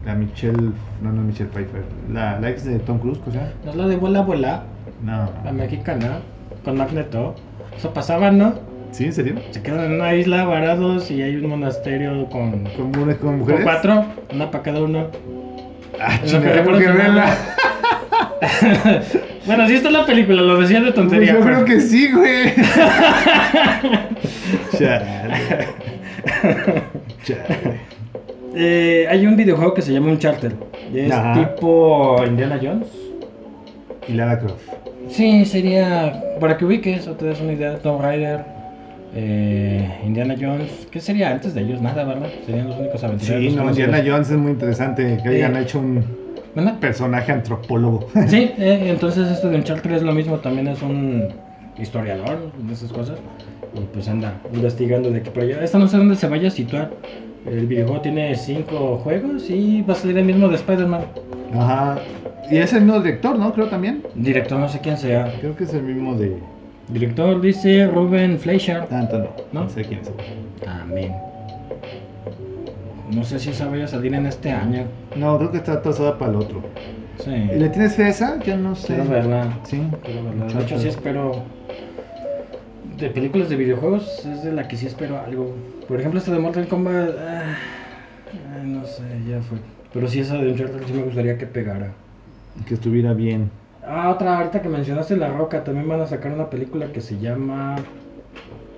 Speaker 1: La Michelle. No, no Michelle Pfeiffer. La, la ex de Tom Cruise, o sea.
Speaker 2: ¿No es la de Vuela Vuela?
Speaker 1: No.
Speaker 2: La mexicana, con Magneto. Eso pasaba, ¿no?
Speaker 1: ¿Sí? ¿En serio?
Speaker 2: Se quedan en una isla varados y hay un monasterio con, con
Speaker 1: ¿Con, mu- con mujeres?
Speaker 2: cuatro, una para cada uno.
Speaker 1: Ah,
Speaker 2: Es lo que
Speaker 1: chinga, tengo
Speaker 2: recuerdo
Speaker 1: que
Speaker 2: que no-
Speaker 1: verla. (laughs)
Speaker 2: Bueno, sí está la película, lo decía de tontería.
Speaker 1: Pues yo
Speaker 2: pero-
Speaker 1: creo que sí, (laughs) güey. (laughs) Chale. Chale.
Speaker 2: Eh, hay un videojuego que se llama Uncharted. Y es
Speaker 1: Ajá.
Speaker 2: tipo Indiana Jones.
Speaker 1: Y Lara Croft.
Speaker 2: Sí, sería. Para que ubiques o te des una idea, Tomb Raider, eh, Indiana Jones. ¿Qué sería antes de ellos? Nada, ¿verdad? Serían los únicos aventureros.
Speaker 1: Sí, no,
Speaker 2: conocidos.
Speaker 1: Indiana Jones es muy interesante que hayan
Speaker 2: Sí.
Speaker 1: hecho un
Speaker 2: ¿Verdad?
Speaker 1: personaje antropólogo.
Speaker 2: Sí, eh, entonces esto de Uncharted es lo mismo, también es un historiador de esas cosas. Y pues anda investigando de qué por allá. Esta no sé dónde se vaya a situar. El videojuego tiene cinco juegos y va a salir el mismo de Spider-Man.
Speaker 1: Ajá. Y es el mismo director, ¿no? Creo también.
Speaker 2: Director, no sé quién sea.
Speaker 1: Creo que es el mismo de.
Speaker 2: Director dice Ruben Fleischer.
Speaker 1: Ah, entonces no.
Speaker 2: ¿No?
Speaker 1: No sé quién es.
Speaker 2: Amén. No sé si esa vaya a salir en este año.
Speaker 1: No, creo que está atrasada para el otro.
Speaker 2: Sí.
Speaker 1: ¿Y le tienes fe a esa? Yo no sé.
Speaker 2: Quiero verla.
Speaker 1: Sí.
Speaker 2: Quiero verla. De hecho, sí espero. De películas de videojuegos es de la que sí espero algo. Por ejemplo, esta de Mortal Kombat. ah, ay, no sé, ya fue. Pero sí, esa de Uncharted sí me gustaría que pegara.
Speaker 1: Que estuviera bien.
Speaker 2: Ah, otra, ahorita que mencionaste La Roca, también van a sacar una película que se llama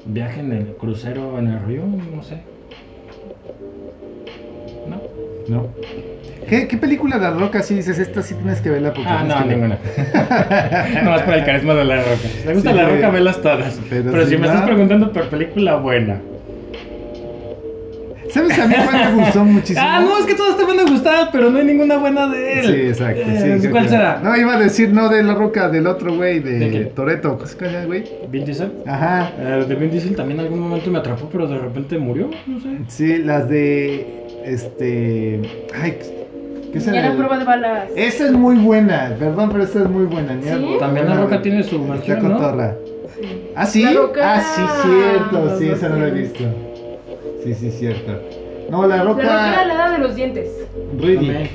Speaker 2: Viaje en el crucero en el río, no sé. ¿No?
Speaker 1: ¿No? ¿Qué, qué película de La Roca sí dices? Esta sí tienes que verla porque
Speaker 2: Ah,
Speaker 1: tienes
Speaker 2: no,
Speaker 1: que verla"?
Speaker 2: ninguna. (laughs) no más por el carisma de la roca. Si te gusta
Speaker 1: Sí,
Speaker 2: la
Speaker 1: pero-
Speaker 2: roca, velas todas.
Speaker 1: pero
Speaker 2: Pero,
Speaker 1: si
Speaker 2: si me
Speaker 1: no-
Speaker 2: estás preguntando por película buena.
Speaker 1: ¿Sabes a mí cuál me
Speaker 2: (laughs)
Speaker 1: gustó muchísimo?
Speaker 2: Ah, no, es que todas te van a gustar, pero no hay ninguna buena de él.
Speaker 1: Sí, exacto. sí,
Speaker 2: Eh,
Speaker 1: creo
Speaker 2: ¿Cuál
Speaker 1: que-
Speaker 2: será?
Speaker 1: No, iba a decir no de La Roca, del otro güey, de,
Speaker 2: ¿De qué?
Speaker 1: Toreto. ¿Cós- ¿Cómo se llama, güey?
Speaker 2: ¿Vin Diesel?
Speaker 1: Ajá.
Speaker 2: Eh, de Vin Diesel también en algún momento me atrapó, pero de repente murió, no sé.
Speaker 1: Sí, las de. Este. Ay, ¿qué será?
Speaker 4: Era prueba de balas.
Speaker 1: Esa es muy buena, perdón, pero esta es muy buena. ni
Speaker 4: ¿Sí?
Speaker 1: algo.
Speaker 2: También La
Speaker 1: Buena,
Speaker 2: Roca
Speaker 1: güey.
Speaker 2: tiene su
Speaker 1: Está
Speaker 2: versión, ¿no?
Speaker 1: cotorra. ¿Ah, sí?
Speaker 4: La Roca.
Speaker 1: Ah, sí, cierto. Sí,
Speaker 4: La
Speaker 1: esa no la he
Speaker 4: Roca.
Speaker 1: visto. Sí, sí, cierto. No, La
Speaker 4: La roca era la
Speaker 1: Roca.
Speaker 4: edad de los dientes.
Speaker 1: Riddick.
Speaker 2: También.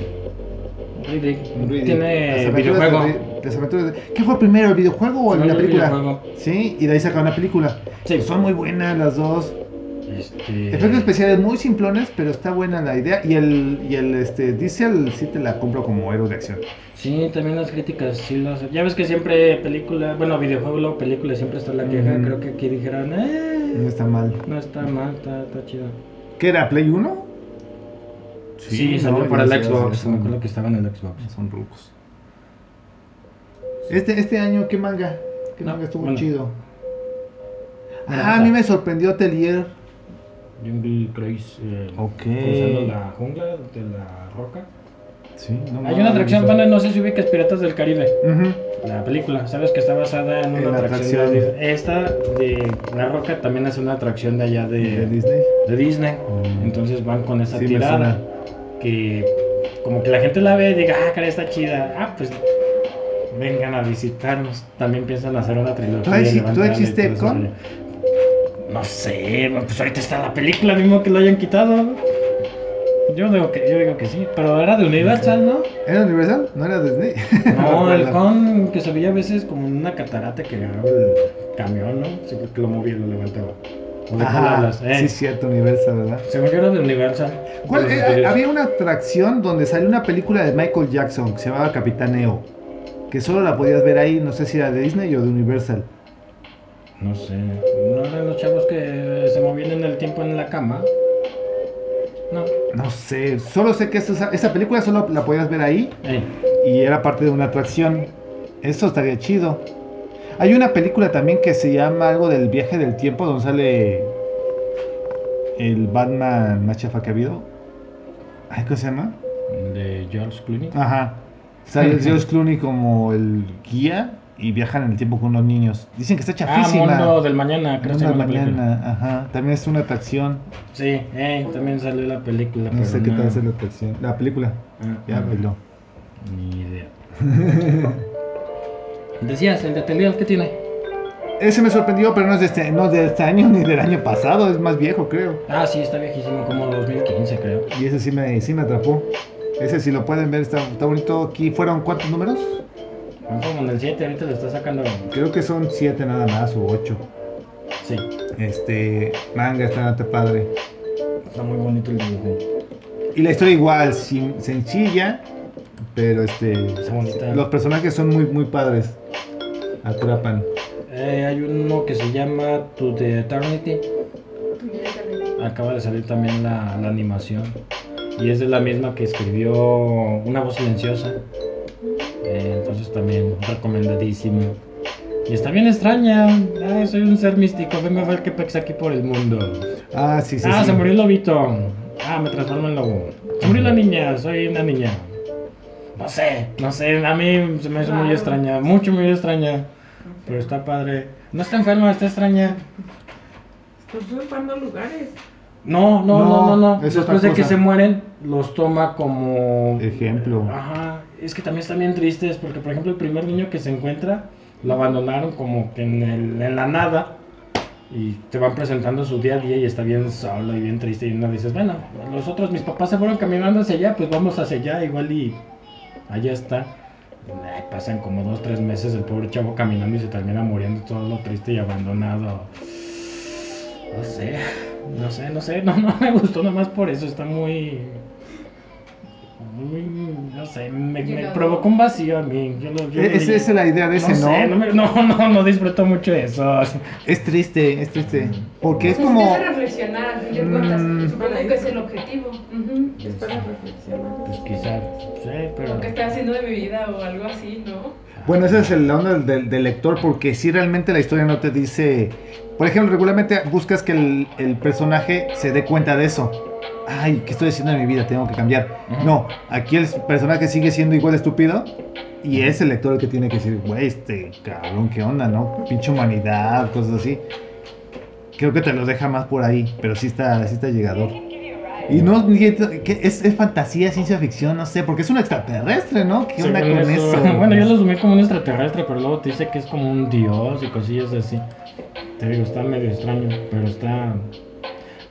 Speaker 2: Riddick.
Speaker 1: Riddick.
Speaker 2: Tiene
Speaker 1: Las aventuras de
Speaker 2: videojuego.
Speaker 1: Rid- las aventuras de- ¿Qué fue primero, el videojuego o
Speaker 2: No,
Speaker 1: la
Speaker 2: el
Speaker 1: película?
Speaker 2: videojuego.
Speaker 1: Sí, y de ahí sacaron la película.
Speaker 2: Sí.
Speaker 1: Son muy buenas las dos.
Speaker 2: Este...
Speaker 1: Efectos especiales muy simplones, pero está buena la idea. Y el, y el este, Diesel sí te la compro como héroe de acción.
Speaker 2: Sí, también las críticas, sí las... Ya ves que siempre película, bueno, videojuego, luego película, siempre está la queja.
Speaker 1: Ujú.
Speaker 2: Creo que aquí dijeron,
Speaker 1: No
Speaker 2: eh,
Speaker 1: está mal.
Speaker 2: no está mal, está, está chido.
Speaker 1: ¿Qué era? ¿Play 1?
Speaker 2: Sí, salió para
Speaker 1: ya
Speaker 2: el
Speaker 1: sé, ya
Speaker 2: Xbox,
Speaker 1: sé,
Speaker 2: me
Speaker 1: son-
Speaker 2: acuerdo que estaba en el Xbox.
Speaker 1: Son rucos. Este, este año, ¿qué manga? ¿Qué
Speaker 2: No,
Speaker 1: manga estuvo
Speaker 2: bueno.
Speaker 1: chido?
Speaker 2: Mira,
Speaker 1: Ah, a
Speaker 2: esta.
Speaker 1: mí me sorprendió Telier.
Speaker 2: Jungle Cruise, eh,
Speaker 1: Ok.
Speaker 2: cruzando la jungla de la roca.
Speaker 1: Sí, no, no,
Speaker 2: Hay una
Speaker 1: no,
Speaker 2: atracción,
Speaker 1: no.
Speaker 2: bueno, no sé si ubicas Piratas del Caribe,
Speaker 1: Ujú.
Speaker 2: la película. Sabes que está basada en
Speaker 1: En
Speaker 2: una
Speaker 1: la
Speaker 2: atracción. de
Speaker 1: atracción.
Speaker 2: Disney. Esta de la roca también es una atracción de allá
Speaker 1: ¿De Disney?
Speaker 2: de Disney.
Speaker 1: Mm.
Speaker 2: Entonces van con esa
Speaker 1: Sí, me
Speaker 2: tirada
Speaker 1: suena.
Speaker 2: que como que la gente la ve y diga, ah, cara, está chida. Ah, pues vengan a visitarnos. También piensan hacer una trilogía.
Speaker 1: ¿Todavía exi-
Speaker 2: levantarla
Speaker 1: todavía
Speaker 2: y
Speaker 1: existe
Speaker 2: todo ese
Speaker 1: Epcot?
Speaker 2: rollo. No sé, pues ahorita está la película, mismo que lo hayan quitado. Yo digo que, yo digo que sí, pero era de Universal, ¿no?
Speaker 1: ¿Era Universal? ¿No era Disney?
Speaker 2: (laughs) No, el
Speaker 1: recuerdo.
Speaker 2: con que se veía a veces como en una catarata que agarraba el camión, ¿no? Sí, que lo movía, lo levantaba. O de cuál
Speaker 1: Ajá,
Speaker 2: hablas, eh.
Speaker 1: sí, cierto, Universal, ¿verdad?
Speaker 2: Según yo era de Universal.
Speaker 1: ¿Cuál?
Speaker 2: De los
Speaker 1: Eh,
Speaker 2: estudios.
Speaker 1: había una atracción donde salió una película de Michael Jackson que se llamaba Capitán EO, que solo la podías ver ahí, no sé si era de Disney o de Universal.
Speaker 2: No sé. ¿No eran los chavos que se movían en el tiempo en la cama? No.
Speaker 1: No sé, solo sé que esa, esa película solo la podías ver ahí
Speaker 2: Eh,
Speaker 1: y era parte de una atracción. Eso estaría chido. Hay una película también que se llama algo del viaje del tiempo donde sale el Batman más chafa que ha habido. Ay, ¿Cómo se llama?
Speaker 2: el de George Clooney. Ah,
Speaker 1: Ajá.
Speaker 2: (laughs)
Speaker 1: Sale George Clooney como el guía y viajan en el tiempo con unos niños. Dicen que está
Speaker 2: Ah,
Speaker 1: chafísima.
Speaker 2: Mundo del Mañana, creo
Speaker 1: Mundo
Speaker 2: que se
Speaker 1: de
Speaker 2: llama la película.
Speaker 1: mañana, ajá. También es una atracción.
Speaker 2: Sí, eh, también salió la película.
Speaker 1: No
Speaker 2: pero
Speaker 1: sé qué tal es la atracción. La película.
Speaker 2: Ah,
Speaker 1: Ya
Speaker 2: ah,
Speaker 1: peló.
Speaker 2: Ni
Speaker 1: (laughs)
Speaker 2: idea. Decías, el de Telial, ¿qué tiene?
Speaker 1: Ese me sorprendió, pero no es de este, no es de este año (laughs) ni del año pasado, es más viejo, creo.
Speaker 2: Ah, sí, está viejísimo, como 2015, creo.
Speaker 1: Y ese sí me, sí me atrapó. Ese si lo pueden ver, está, está bonito. Aquí fueron cuántos números?
Speaker 2: Como en el 7, ahorita lo está sacando.
Speaker 1: Creo que son siete nada más o ocho.
Speaker 2: Sí,
Speaker 1: Este, manga, está bastante padre.
Speaker 2: está muy bonito el dibujo.
Speaker 1: Y la historia igual, sin- sencilla, pero este.
Speaker 2: Está bonita.
Speaker 1: Los personajes son muy, muy padres. Atrapan.
Speaker 2: Eh, hay uno que se llama To the Eternity. Acaba de salir también la, la animación. Y es de la misma que escribió Una voz silenciosa. Eh, entonces también recomendadísimo. Y está bien extraña. Ay, soy un ser místico. Vengo a ver qué pex aquí por el mundo.
Speaker 1: Ah, sí, sí.
Speaker 2: ah,
Speaker 1: sí.
Speaker 2: se murió el lobito. Ah, me transformo en lobo. Se murió la niña. Soy una niña. No sé, no sé. A mí se me hizo muy
Speaker 3: Raro.
Speaker 2: extraña. Mucho, muy extraña. Pero está padre. No está enferma, está extraña.
Speaker 3: Estás usurpando lugares.
Speaker 2: No, no, no,
Speaker 1: No,
Speaker 2: no, no.
Speaker 1: es otra
Speaker 2: Después de que
Speaker 1: cosa.
Speaker 2: se mueren, los toma como.
Speaker 1: Ejemplo.
Speaker 2: Ajá. Es que también están bien tristes, porque por ejemplo, el primer niño que se encuentra lo abandonaron como que en, el- en la nada. Y te van presentando su día a día y está bien solo y bien triste. Y uno dices, bueno, los otros, mis papás se fueron caminando hacia allá, pues vamos hacia allá, igual y allá está. Ay, pasan como dos, tres meses el pobre chavo caminando y se termina muriendo todo lo triste y abandonado. No sé, no sé, no sé, no, (laughs) no me gustó nomás por eso, está muy... muy no sé, me, me
Speaker 4: Llegado.
Speaker 2: provocó un vacío a mí. Yo lo- yo lo
Speaker 1: E- esa
Speaker 2: leí.
Speaker 1: esa es la idea de
Speaker 2: no,
Speaker 1: ese, ¿no?
Speaker 2: sé, no, me- no, no, no disfruto mucho eso. (laughs)
Speaker 1: Es triste, es triste. Porque es
Speaker 4: Pues
Speaker 1: como.
Speaker 4: Te hace reflexionar, al fin de cuentas.
Speaker 1: Mm.
Speaker 4: Supongo que es el objetivo. Ujú.
Speaker 3: Es para reflexionar.
Speaker 2: Pues quizá, sí, pero...
Speaker 4: Lo que estoy haciendo de mi vida o algo así, ¿no?
Speaker 1: Bueno, esa es el- la onda del, del lector, porque si realmente la historia no te dice. Por ejemplo, regularmente buscas que el, el personaje se dé cuenta de eso. Ay, ¿qué estoy haciendo en mi vida? Tengo que cambiar.
Speaker 2: Ujú.
Speaker 1: No, aquí el personaje sigue siendo igual de estúpido. Y es el lector el que tiene que decir, güey, este cabrón, ¿qué onda, no? Pinche humanidad, cosas así. Creo que te lo deja más por ahí, pero sí está, sí está llegador. Y no, ni- que es, es fantasía, ciencia ficción, no sé, porque es un extraterrestre, ¿no? ¿Qué onda
Speaker 2: Según
Speaker 1: con eso?
Speaker 2: (laughs) Bueno, yo lo asumí como un extraterrestre, pero luego te dice que es como un dios y cosillas así. Te digo, está medio extraño, pero está...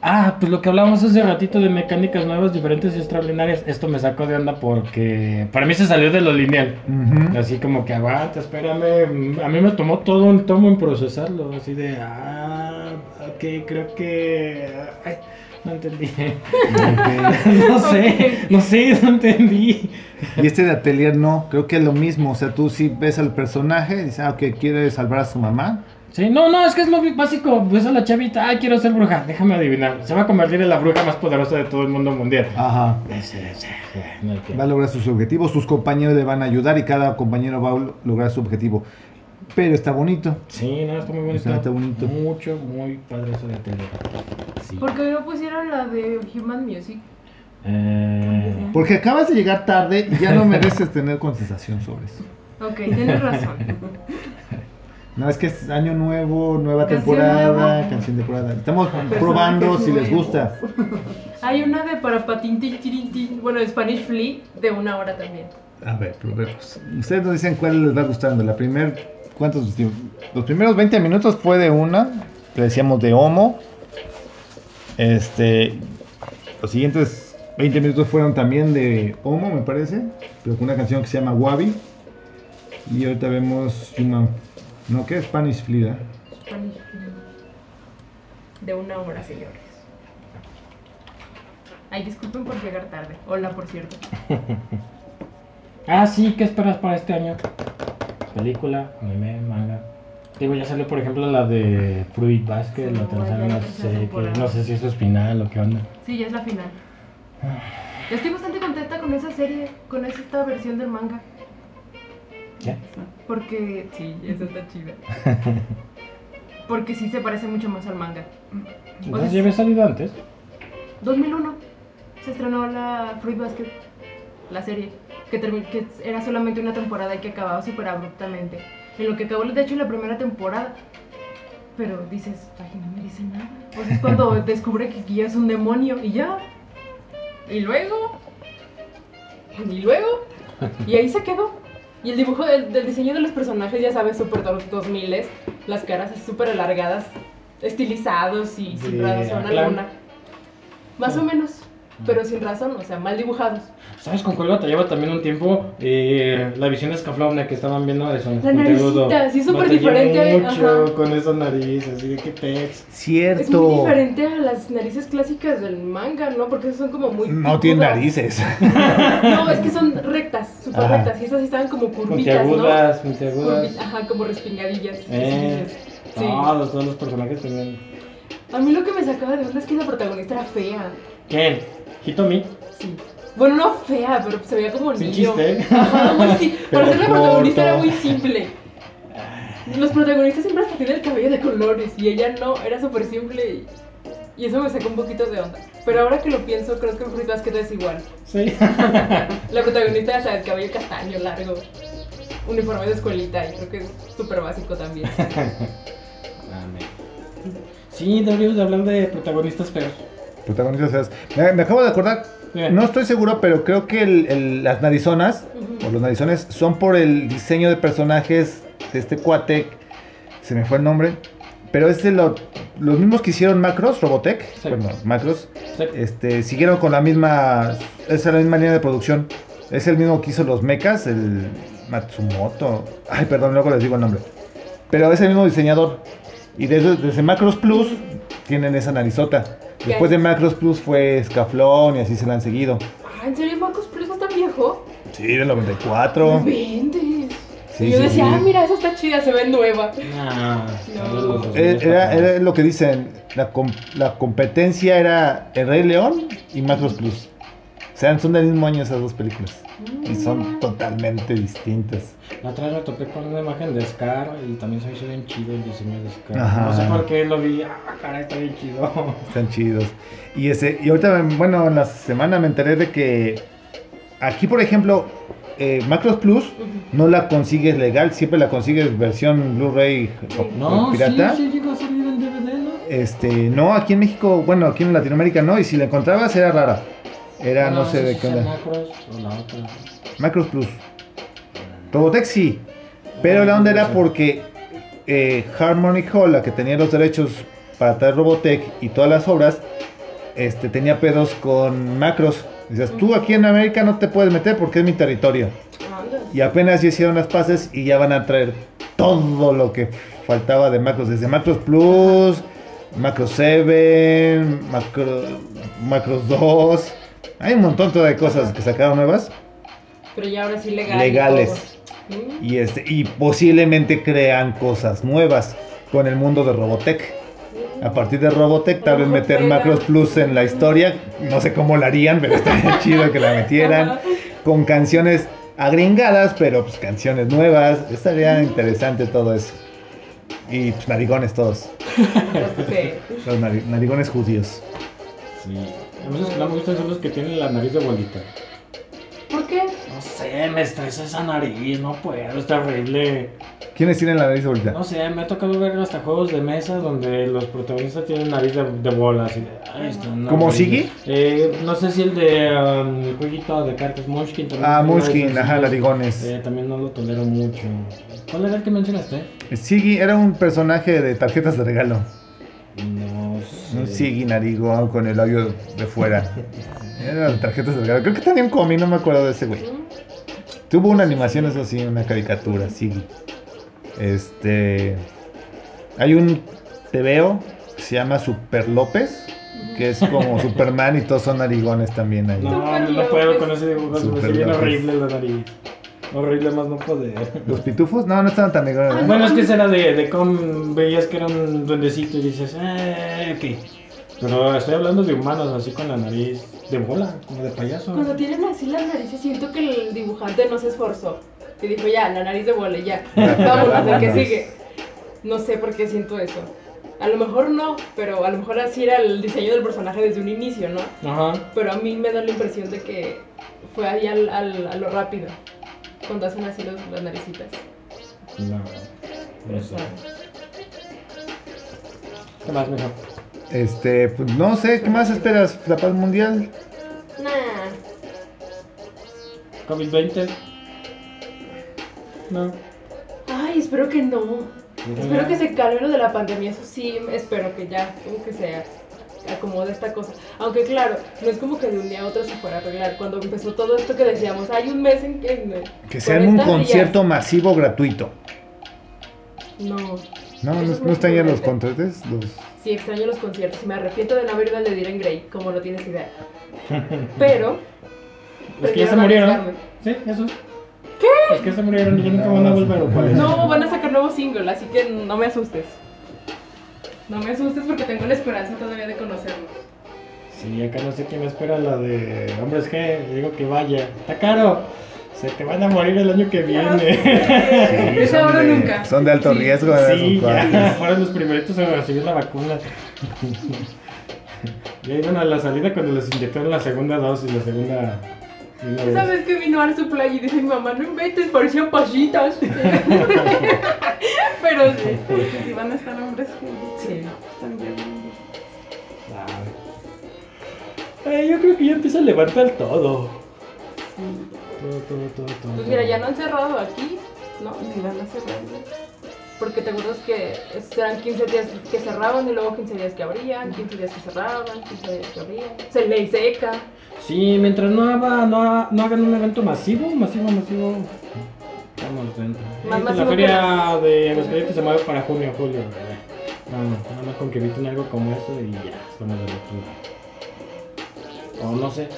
Speaker 2: Ah, pues lo que hablábamos hace ratito de mecánicas nuevas, diferentes y extraordinarias, esto me sacó de onda porque para mí se salió de lo lineal.
Speaker 1: Ujú.
Speaker 2: Así como que aguanta, espérame. mm, A mí me tomó todo un tomo en procesarlo, así de, ah, ok, creo que... Ay,
Speaker 1: (laughs)
Speaker 2: no entendí. (laughs)
Speaker 1: Ok.
Speaker 2: no sé, no sé, no entendí.
Speaker 1: Y este de Atelier no, creo que es lo mismo. O sea, tú sí ves al personaje y dices, ah, ok, quiere salvar a su mamá.
Speaker 2: Sí, no, no, es que es lo básico. Ves a la chavita, ay, quiero ser bruja. Déjame adivinar. Se va a convertir en la bruja más poderosa de todo el mundo mundial.
Speaker 1: Ajá.
Speaker 2: Ese, ese, no hay que-
Speaker 1: Va a lograr sus objetivos, sus compañeros le van a ayudar y cada compañero va a lo- lograr su objetivo. Pero está bonito.
Speaker 2: Sí, no, está muy bonito.
Speaker 1: Está bonito.
Speaker 2: Mucho, muy padre eso de tele. Sí.
Speaker 4: Porque hoy no pusieron la de Human Music.
Speaker 2: Eh,
Speaker 1: Porque acabas de llegar tarde y ya no mereces tener conversación sobre eso.
Speaker 4: Ok, tienes razón.
Speaker 1: No, es que es año nuevo, nueva
Speaker 4: Canción
Speaker 1: temporada,
Speaker 4: nueva. Pues,
Speaker 1: canción temporada. Estamos probando si les gusta.
Speaker 4: Hay una de para patín, tin, tirin, tin. Bueno, Spanish Flea, de una hora también.
Speaker 1: A ver, probemos. Ustedes nos dicen cuál les va gustando. La primer, ¿cuántos? tiemp- Los primeros 20 minutos fue de una, que decíamos de Homo. Este, los siguientes 20 minutos fueron también de Homo, me parece, pero con una canción que se llama Wabi. Y ahorita vemos Human, no, ¿qué? Spanish Flida.
Speaker 4: Spanish Flea. De una hora, señores. Ay, disculpen por llegar tarde. Hola, por cierto.
Speaker 2: Ah, sí, ¿qué esperas para este año? Película, anime, manga. Digo, ya salió, por ejemplo, la de Fruit Basket,
Speaker 4: Sí,
Speaker 2: la tercera,
Speaker 4: ya la
Speaker 2: no
Speaker 4: tercera
Speaker 2: sé,
Speaker 4: temporada. Pues
Speaker 2: que- no sé si eso es final o qué onda.
Speaker 4: Sí, ya es la final. Yo estoy bastante contenta con esa serie, con esta versión del manga.
Speaker 2: ¿Qué?
Speaker 4: Porque sí, esa está chida. Porque sí se parece mucho más al manga. O sea,
Speaker 2: Entonces, ¿ya había salido antes?
Speaker 4: 2001 se estrenó la Fruit Basket, la serie, que, termi- que era solamente una temporada y que acababa súper abruptamente. En lo que acabó, de hecho, la primera temporada. Pero dices, ay, no me dice nada. Pues
Speaker 1: (laughs)
Speaker 4: es cuando descubre que Guía es un demonio y ya. Y luego. Y luego. Y ahí se quedó. Y el dibujo del, del diseño de los personajes, ya sabes, súper de los 2000 las caras así súper alargadas, estilizados y sin
Speaker 2: De
Speaker 4: razón
Speaker 2: Aklan.
Speaker 4: alguna. Más o menos. pero sin razón, o sea, mal dibujados.
Speaker 2: ¿Sabes con cuál batallaba también un tiempo? Eh, la visión escaflowna que estaban viendo de Sonic
Speaker 4: La
Speaker 2: Puntiagudo.
Speaker 4: naricita, sí, súper
Speaker 2: Batallé
Speaker 4: diferente,
Speaker 2: mucho
Speaker 4: ajá.
Speaker 2: con esa nariz, así de que pex.
Speaker 1: Cierto.
Speaker 4: Es muy diferente a las narices clásicas del manga, ¿no? Porque esas son como muy.
Speaker 1: No tiene
Speaker 4: picudas.
Speaker 1: narices. (laughs)
Speaker 4: No, es que son rectas, súper
Speaker 1: Ajá.
Speaker 4: rectas. Y esas sí estaban como curvitas, ¿no?
Speaker 2: Puntiagudas,
Speaker 4: Curvi-
Speaker 2: puntiagudas.
Speaker 4: Ajá, como respingadillas. así
Speaker 2: Eh.
Speaker 4: dices. Sí.
Speaker 2: Todos, todos los personajes tenían.
Speaker 4: A mí lo que me sacaba de onda es que la protagonista era fea.
Speaker 2: ¿Quién? Hitomi.
Speaker 4: Sí. Bueno, no fea, pero se veía como
Speaker 2: Sin
Speaker 4: (laughs) niño.
Speaker 2: chiste. ¿eh?
Speaker 4: Ajá, muy
Speaker 2: (laughs)
Speaker 4: sí. Para
Speaker 2: Pero
Speaker 4: ser la protagonista
Speaker 2: corto.
Speaker 4: era muy simple. Los protagonistas siempre hasta tienen el cabello de colores y ella no, era súper simple y, y eso me sacó un poquito de onda. Pero ahora que lo pienso, creo que en Fruit Basket es igual.
Speaker 2: Sí.
Speaker 4: La protagonista es el cabello castaño largo, uniforme de escuelita y creo que es súper básico también.
Speaker 2: Dame. Sí, deberíamos de hablar de protagonistas feos.
Speaker 1: Protagonistas feas. Me, me acabo de acordar,
Speaker 2: Dime.
Speaker 1: no estoy seguro, pero creo que el- el- las narizonas
Speaker 4: Ujú.
Speaker 1: o los narizones son por el diseño de personajes de este cuate. Se me fue el nombre. Pero es de lo- los mismos que hicieron Macros, Robotech.
Speaker 2: Sí.
Speaker 1: Bueno, Macros.
Speaker 2: Sí.
Speaker 1: Este, siguieron con la misma. Es la misma línea de producción. Es el mismo que hizo los mechas, el Matsumoto. Ay, perdón, luego les digo el nombre. Pero es el mismo diseñador. Y desde, desde Macros Plus tienen esa narizota. Después de Macros Plus fue Scaflón y así se la han seguido.
Speaker 4: Ah, ¿en serio Marcos Plus está viejo?
Speaker 1: Sí, del 94.
Speaker 4: Vendes.
Speaker 1: Sí,
Speaker 4: y yo
Speaker 1: sí,
Speaker 4: decía,
Speaker 1: sí.
Speaker 4: ah, mira, esa está chida, se ve nueva.
Speaker 2: Nah,
Speaker 4: No.
Speaker 2: los dos
Speaker 1: Eh,
Speaker 2: millones
Speaker 1: Era,
Speaker 2: para-
Speaker 1: era lo que dicen, la, com- la competencia era El Rey León y Macros Plus. O sea, son del mismo año esas dos películas. Y son totalmente distintas.
Speaker 2: La otra vez me topé con una imagen de Scar y también se me hizo bien chido el diseño de Scar.
Speaker 1: Ajá.
Speaker 2: No sé por qué lo vi. Ah, caray, está bien chido.
Speaker 1: Están chidos. Y, ese, y ahorita, bueno, en la semana me enteré de que aquí, por ejemplo, eh, Macros Plus
Speaker 4: Ujú.
Speaker 1: no la consigues legal, siempre la consigues versión Blu-ray o- o
Speaker 2: No,
Speaker 1: pirata.
Speaker 2: sí, sí llegó a salir en DVD, ¿no?
Speaker 1: Este, no, aquí en México, bueno, aquí en Latinoamérica no, y si la encontrabas era rara. Era, no,
Speaker 2: Ah,
Speaker 1: sé
Speaker 2: sí,
Speaker 1: de
Speaker 2: sí,
Speaker 1: qué onda.
Speaker 2: Macros o la otra.
Speaker 1: Macros Plus. Robotech sí. Pero la onda era porque eh, Harmony Hall, la que tenía los derechos para traer Robotech y todas las obras, este, tenía pedos con Macros. Dices, tú aquí en América no te puedes meter porque es mi territorio.
Speaker 4: Anda.
Speaker 1: Y apenas ya hicieron las pases y ya van a traer todo lo que faltaba de Macros. Desde Macros Plus, Macros 7, Macro- Macros 2. Hay un montón todavía de cosas que sacaron nuevas.
Speaker 4: Pero ya ahora sí legal. y
Speaker 1: Legales.
Speaker 4: todo. Mm.
Speaker 1: Y, este, y posiblemente crean cosas nuevas con el mundo de Robotech. A partir de Robotech, tal vez meter Macros Plus en la historia. No sé cómo la harían, pero estaría chido que la metieran.
Speaker 4: Ajá.
Speaker 1: Con canciones agringadas, pero pues canciones nuevas. Estaría interesante todo eso. Y pues narigones todos.
Speaker 4: Sí.
Speaker 1: Los nari- narigones judíos.
Speaker 2: Sí. A veces que no me gustan son los que tienen la nariz de bolita.
Speaker 4: ¿Por qué?
Speaker 2: No sé, me estresa esa nariz, no puedo, es terrible.
Speaker 1: ¿Quiénes tienen la nariz ahorita?
Speaker 2: No sé, me ha tocado ver hasta juegos de mesa donde los protagonistas tienen nariz de, de bola. Así de, "Ay, esta nariz".
Speaker 1: ¿Como Siggy?
Speaker 2: Eh, no sé si el de um, el jueguito de cartas Munchkin también.
Speaker 1: Ah,
Speaker 2: tiene
Speaker 1: Munchkin,
Speaker 2: nariz así.
Speaker 1: ajá, narigones.
Speaker 2: Eh, también no lo tolero mucho. ¿Cuál era el que mencionaste?
Speaker 1: Siggy era un personaje de tarjetas de regalo.
Speaker 2: No sé.
Speaker 1: Un Siggy narigón con el labio de fuera. Eran tarjetas de regalo. Creo que tenía un cómic, no me acuerdo de ese güey. Tuvo una animación, eso sí, una caricatura, Siggy. Este. Hay un TVO que se llama Super López, que es
Speaker 4: (laughs)
Speaker 1: como Superman y todos son narigones también ahí.
Speaker 2: No, no,
Speaker 4: Super
Speaker 2: puedo
Speaker 4: López.
Speaker 2: con ese dibujo, se me hace
Speaker 1: Super
Speaker 2: bien
Speaker 1: López.
Speaker 2: horrible la nariz. Horrible más no poder.
Speaker 1: ¿Los pitufos? No, no estaban tan narigones.
Speaker 4: Ah,
Speaker 1: ¿verdad?
Speaker 2: Bueno, es que esa era de, de com, veías que era un duendecito y dices, eh, ok. Pero estoy hablando de humanos, así con la nariz de bola, como de payaso.
Speaker 4: Cuando tienen así las narices, siento que el dibujante no se esforzó. Y dijo, ya, la nariz de bola, ya. (laughs) Vamos a ver qué
Speaker 1: Vámonos.
Speaker 4: sigue. No sé por qué siento eso. A lo mejor no, pero a lo mejor así era el diseño del personaje desde un inicio, ¿no?
Speaker 2: Ajá.
Speaker 4: Pero a mí me da la impresión de que fue ahí al, al- a lo rápido. Cuando hacen así los- las naricitas.
Speaker 2: No. No sé. ¿Qué más, mejor?
Speaker 1: Este, pues no sé, ¿qué más esperas? ¿La paz mundial?
Speaker 4: Nah.
Speaker 2: ¿COVID-20? No.
Speaker 4: Ay, espero que no. Espero que se calme lo de la pandemia, eso sí, espero que ya, como que sea.
Speaker 5: acomode esta cosa. Aunque claro, no es como que de un día a otro se fuera a arreglar. Cuando empezó todo esto que decíamos, hay un mes en que... en
Speaker 1: Que se arme un
Speaker 5: 40 días".
Speaker 1: concierto masivo gratuito.
Speaker 5: No, este
Speaker 1: No, no, no están ya los contratos. Los...
Speaker 5: sí extraño los conciertos y me arrepiento de no haber ido al de Diren Grey, como no tienes idea.
Speaker 1: (laughs)
Speaker 5: Pero...
Speaker 2: Es que ya
Speaker 5: prefiero
Speaker 2: se
Speaker 5: no
Speaker 2: murieron.
Speaker 5: arriesgarme.
Speaker 2: Sí, eso. ¿Qué? Es que se murieron y ya nunca van a volver. ¿o cuál es?
Speaker 5: No, van a sacar nuevo single, así que no me asustes.
Speaker 4: No me asustes porque tengo la esperanza todavía de conocerlos.
Speaker 2: Sí, acá no sé quién espera la de Hombres G. Digo que vaya. Está caro. Se te van a morir el año que
Speaker 5: (laughs)
Speaker 2: viene.
Speaker 4: Es
Speaker 1: son (laughs)
Speaker 4: ahora o
Speaker 1: de-
Speaker 4: nunca.
Speaker 1: Son de alto riesgo. ¿verdad?
Speaker 2: Sí,
Speaker 1: Sus
Speaker 2: ya
Speaker 1: padres.
Speaker 2: fueron los primeritos a recibir la vacuna. Ya iban a la salida cuando les inyectaron la segunda dosis, la segunda. y la-
Speaker 5: Esa vez que vino a su playa y dice mi mamá, no inventes, parecían (laughs) pasitas. Pero sí.
Speaker 3: Y van a estar hombres juntos.
Speaker 5: Sí.
Speaker 3: También.
Speaker 2: Ay. Ay, Ah. Eh, yo creo que ya empieza a levantar todo. Todo, todo, todo, todo.
Speaker 5: Pues mira, ya no han cerrado aquí, ¿no?
Speaker 3: Y van a cerrar.
Speaker 5: Porque te acuerdas que es- eran 15 días que cerraban y luego 15 días que abrían, 15 días que cerraban, 15 días que abrían. Se ley seca.
Speaker 2: Sí, mientras no, haga- no, haga- no hagan un evento masivo, masivo, masivo. Estamos dentro. Eh, la
Speaker 5: Más masivo
Speaker 2: feria de Aguascalientes se mueve para junio, julio. ¿verdad? No, no, nada más con que eviten algo como eso y ya, estamos del otro lado. O no sé,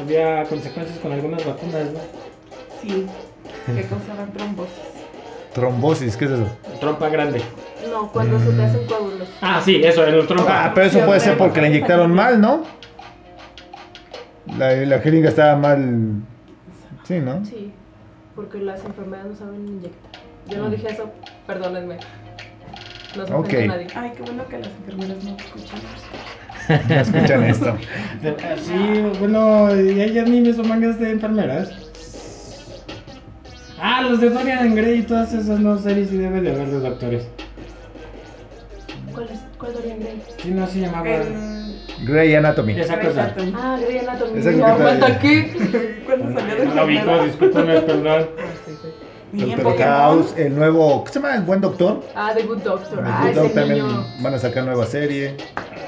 Speaker 2: había consecuencias con algunas vacunas, ¿no?
Speaker 3: Sí. Que causaban trombosis.
Speaker 1: Trombosis, ¿qué es eso?
Speaker 2: Trompa grande.
Speaker 5: No, cuando
Speaker 1: Mm.
Speaker 5: se te hacen coágulos.
Speaker 2: Ah, sí, eso, el trompa.
Speaker 1: Ah, pero eso puede ser porque la inyectaron mal, ¿no? La, la jeringa estaba mal. Sí, ¿no?
Speaker 5: Sí, porque las enfermedades no saben inyectar. Yo no dije eso, perdónenme. No se
Speaker 1: Mm. Ok.
Speaker 5: ofende a nadie.
Speaker 3: Ay, qué bueno que las enfermeras no escuchan.
Speaker 1: No
Speaker 5: (laughs)
Speaker 1: escuchan esto.
Speaker 2: Sí, bueno, ya, ya ni me son mangas de enfermeras. Ah, los de Dorian Gray y todas esas no series sí debe de haber los actores.
Speaker 5: ¿Cuál es? ¿Cuál Dorian Gray?
Speaker 2: Sí, no se llamaba
Speaker 3: El...
Speaker 1: Grey Anatomy.
Speaker 2: esa Ah, cosa.
Speaker 5: Ah, Grey Anatomy.
Speaker 1: Esa
Speaker 5: No,
Speaker 1: que te-
Speaker 5: aguanta, ¿qué?
Speaker 3: Cuando salió de Ah,
Speaker 2: No lo vi,
Speaker 3: enfermera. (laughs)
Speaker 2: discúlpame, perdón.
Speaker 3: Ni en
Speaker 1: Doctor House, el nuevo. ¿Qué se llama? El buen doctor.
Speaker 5: Ah, The Good Doctor.
Speaker 1: El
Speaker 5: Ah,
Speaker 1: Good
Speaker 5: ese
Speaker 1: Doctor también
Speaker 5: niño.
Speaker 1: van a sacar nueva serie.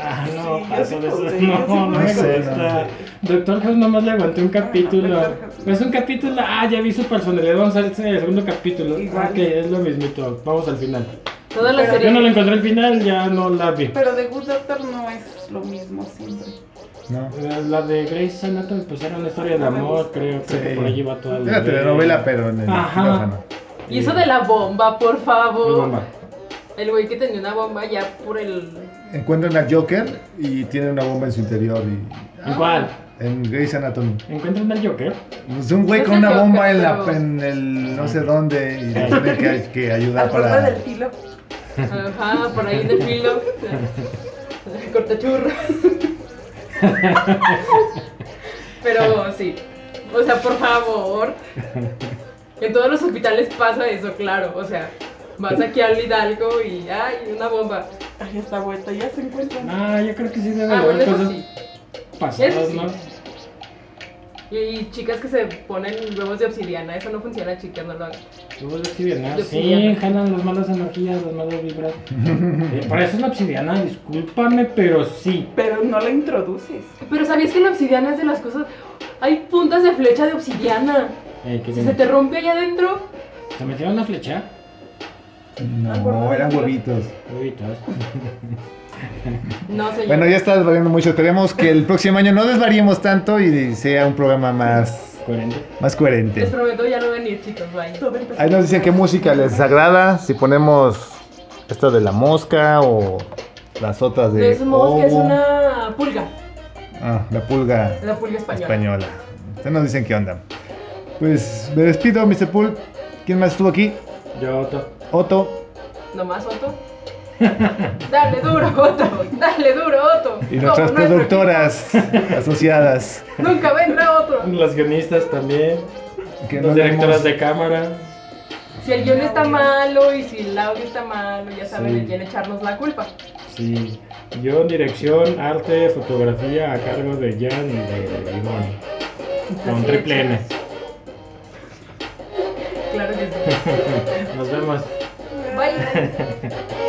Speaker 2: Ah, no,
Speaker 3: Sí, yo
Speaker 2: paso
Speaker 3: sí
Speaker 2: de eso.
Speaker 3: conté, yo
Speaker 2: No,
Speaker 3: sí
Speaker 2: no me
Speaker 1: conté.
Speaker 2: gusta. Doctor House nomás le aguanté un capítulo.
Speaker 3: Ah, Doctor House.
Speaker 2: Pero es un capítulo. Ah, ya vi su personalidad. Vamos al segundo capítulo.
Speaker 3: Igual.
Speaker 2: Ah, Ok, es lo mismito. Vamos al final.
Speaker 5: Toda la
Speaker 3: Pero
Speaker 5: serie.
Speaker 2: Yo no lo encontré al final, ya no la vi.
Speaker 3: Pero The Good Doctor no es lo mismo siempre.
Speaker 1: No.
Speaker 2: Eh, La de Grey's Anatomy, pues era una historia de
Speaker 3: No Ah, me
Speaker 2: amor,
Speaker 3: gusta.
Speaker 2: creo, creo que
Speaker 1: Sí.
Speaker 2: por allí va toda la
Speaker 1: Era telenovela, pero en el
Speaker 2: Ajá.
Speaker 1: quirófano.
Speaker 5: Y eso de la bomba, por
Speaker 2: Muy
Speaker 5: favor.
Speaker 2: bomba.
Speaker 5: El güey que tenía una bomba ya por el.
Speaker 1: Encuentran al Joker y tiene una bomba en su interior. Y...
Speaker 2: Igual,
Speaker 1: En Grey's Anatomy.
Speaker 2: encuentran al Joker.
Speaker 1: Es Pues, un güey
Speaker 5: No
Speaker 1: con
Speaker 5: es el
Speaker 1: una
Speaker 5: Joker,
Speaker 1: bomba en, la,
Speaker 5: pero-
Speaker 1: en el no sé dónde y le tienen que, que ayudar
Speaker 3: La cuerda
Speaker 1: Ah, para.
Speaker 3: del filo.
Speaker 5: Ajá, por ahí en
Speaker 2: (laughs)
Speaker 5: el filo. Cortachurro. Pero sí. O sea, por favor. En todos los hospitales pasa eso, claro. O sea, vas aquí al Hidalgo y ay, una bomba.
Speaker 3: Ay, esta vuelta ya se encuentran.
Speaker 2: No, yo creo que sí debe
Speaker 5: Ah,
Speaker 2: de
Speaker 5: bueno,
Speaker 2: haber
Speaker 5: eso
Speaker 2: cosas
Speaker 5: sí.
Speaker 2: pasadas,
Speaker 5: Eso sí.
Speaker 2: ¿no?
Speaker 5: Y chicas que se ponen huevos de obsidiana, eso no funciona, chicas, no lo hagan.
Speaker 2: Hubo de obsidiana.
Speaker 5: De
Speaker 2: Sí,
Speaker 5: obsidiana.
Speaker 2: jalan las malas energías, las malas (laughs) vibras. Eh, Para eso es la obsidiana, discúlpame, pero sí.
Speaker 3: Pero no la introduces.
Speaker 5: Pero ¿sabías que la obsidiana es de las cosas? Hay puntas de flecha de obsidiana.
Speaker 2: Eh, ¿qué
Speaker 5: Si se
Speaker 2: tiene?
Speaker 5: te rompe allá adentro,
Speaker 2: ¿Se metieron una flecha?
Speaker 1: No, eran huevitos.
Speaker 2: Huevitos.
Speaker 5: no señor.
Speaker 1: Bueno, ya estás variando mucho. Esperemos que el próximo año no desvariemos tanto y sea un programa más,
Speaker 2: 40.
Speaker 1: más
Speaker 5: Les
Speaker 1: coherente.
Speaker 5: prometo ya no venir, chicos, bye.
Speaker 3: Todo empezó.
Speaker 1: Ahí nos dicen qué música les agrada, si ponemos esta de la mosca o las otras de.
Speaker 5: Es Pues, mosca, es
Speaker 1: Ovo. Oh.
Speaker 5: una pulga.
Speaker 1: Ah, la pulga
Speaker 5: La pulga española.
Speaker 1: española. Ustedes nos dicen qué onda. Pues me despido, Mr. Pool. ¿Quién más estuvo aquí?
Speaker 2: Yo, Otto.
Speaker 1: Otto.
Speaker 5: Nomás
Speaker 1: (laughs)
Speaker 5: Otto. Dale duro, Otto. Dale duro, Otto.
Speaker 1: Y nuestras
Speaker 5: Como nuestro
Speaker 1: productoras asociadas.
Speaker 5: equipo. Nunca vendrá otro.
Speaker 2: Las guionistas también.
Speaker 1: Que
Speaker 2: las
Speaker 1: nos
Speaker 2: directoras
Speaker 1: vemos.
Speaker 2: de cámara.
Speaker 5: Si el guión está malo y si el audio está malo, ya saben
Speaker 2: Sí.
Speaker 5: de quién echarnos la culpa.
Speaker 2: Sí. Yo dirección, arte, fotografía a cargo de Jan y de Ivonne. Con
Speaker 5: Así
Speaker 2: triple
Speaker 5: es.
Speaker 2: N.
Speaker 5: Claro que sí.
Speaker 2: Nos vemos.
Speaker 5: Bye.